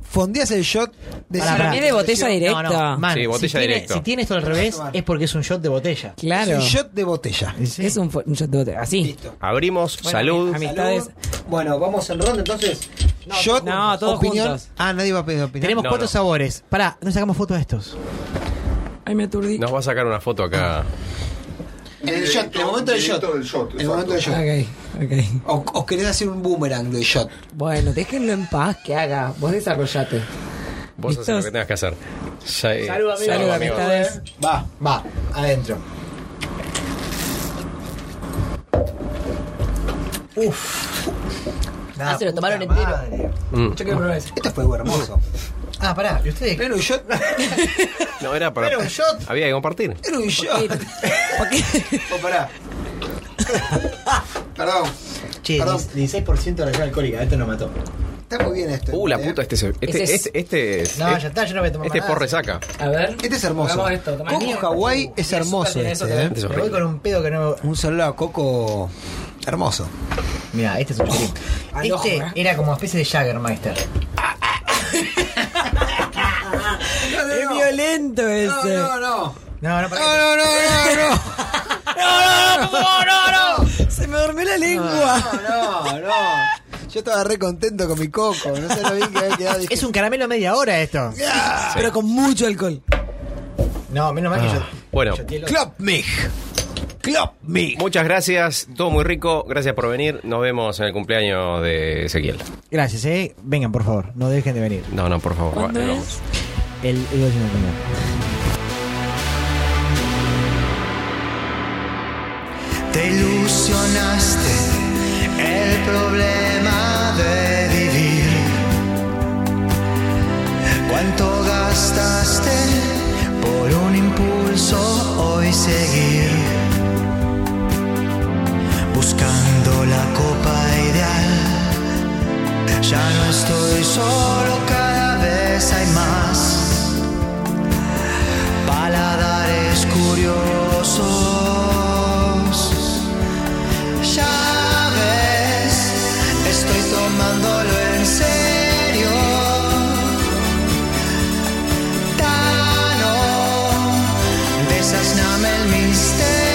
fondeas el shot. de
Para mí es de botella directa.
man,
Sí, botella
si, tiene,
directa.
si tiene esto al revés, es porque es un shot de botella.
Es
Claro.
un shot de botella.
Es un, fo- un shot de botella. Así.
Abrimos, salud.
a mí- Amistades.
Bueno, vamos en ronda entonces. shot,
no, todos
opinión.
juntos.
Ah, nadie va a pedir opinión.
Tenemos
No,
cuatro
no.
sabores. Pará, no sacamos fotos de estos.
Ay, me aturdí.
Nos va a sacar una foto
Ah.
acá.
En el shot, en el momento del shot.
Directo del shot,
En el momento del shot.
Ok, ok.
O, o querés hacer un boomerang del shot.
Bueno, déjenlo en paz que haga. Vos desarrollate.
Vos haces lo
¿Listos?
que tengas que hacer. Sa- eh, Salud,
Salud,
amigo.
amistades.
Va, va, adentro. Uf.
Ah, se lo
tomaron
entero.
Mm.
Yo quiero probar eso.
Esto fue hermoso.
Ah, pará, ¿y ustedes?
Era un shot.
No, era para.
Pero un shot.
Había que compartir.
Era un shot.
¿Por qué?
Oh, pará. Perdón.
Che,
Perdón.
16% de relación alcohólica, esto nos mató.
Está muy bien esto.
Uh, la
¿eh?
puta, este se-
Ese
este,
es-
este, este, es-
No,
eh,
ya está, yo no voy a tomar
este
más
porre
nada.
saca.
A ver.
Este es hermoso.
Hagamos esto, toma
Coco
mío.
Hawaii es
Tiene
hermoso
azúcar, tiene
este,
azúcar.
¿eh?
Este es
Me voy
horrible.
con un pedo que no...
Un saludo a Coco. Hermoso.
Mira, este es un chiquitín.
Al ojo,
Este
¿eh?
era como especie de Jaggermeister.
Es violento ese.
no.
No, no, pará.
No, no, no, no.
Se me dormió la lengua.
No, no, no. Yo estaba re contento con mi coco. No
Ah,
sé lo bien que había quedado. Dije,
Es un caramelo a media hora esto.
Pero con mucho alcohol.
No, menos mal que yo.
Bueno,
Club Mig. Club Mig.
Muchas gracias, todo muy rico. Gracias por venir. Nos vemos en el cumpleaños de Ezequiel.
Gracias, eh. Vengan, por favor, no dejen de venir.
No, no, por favor.
¿Cuándo
Vale,
es?
vamos.
El, el 12 de noviembre.
Te ilusionaste el problema de vivir. Cuánto gastaste por un impulso hoy seguir. Buscando la copa ideal. Ya no estoy solo, cada vez hay más paladares curiosos. Ya ves, estoy tomándolo en serio. Tano, desasname el misterio.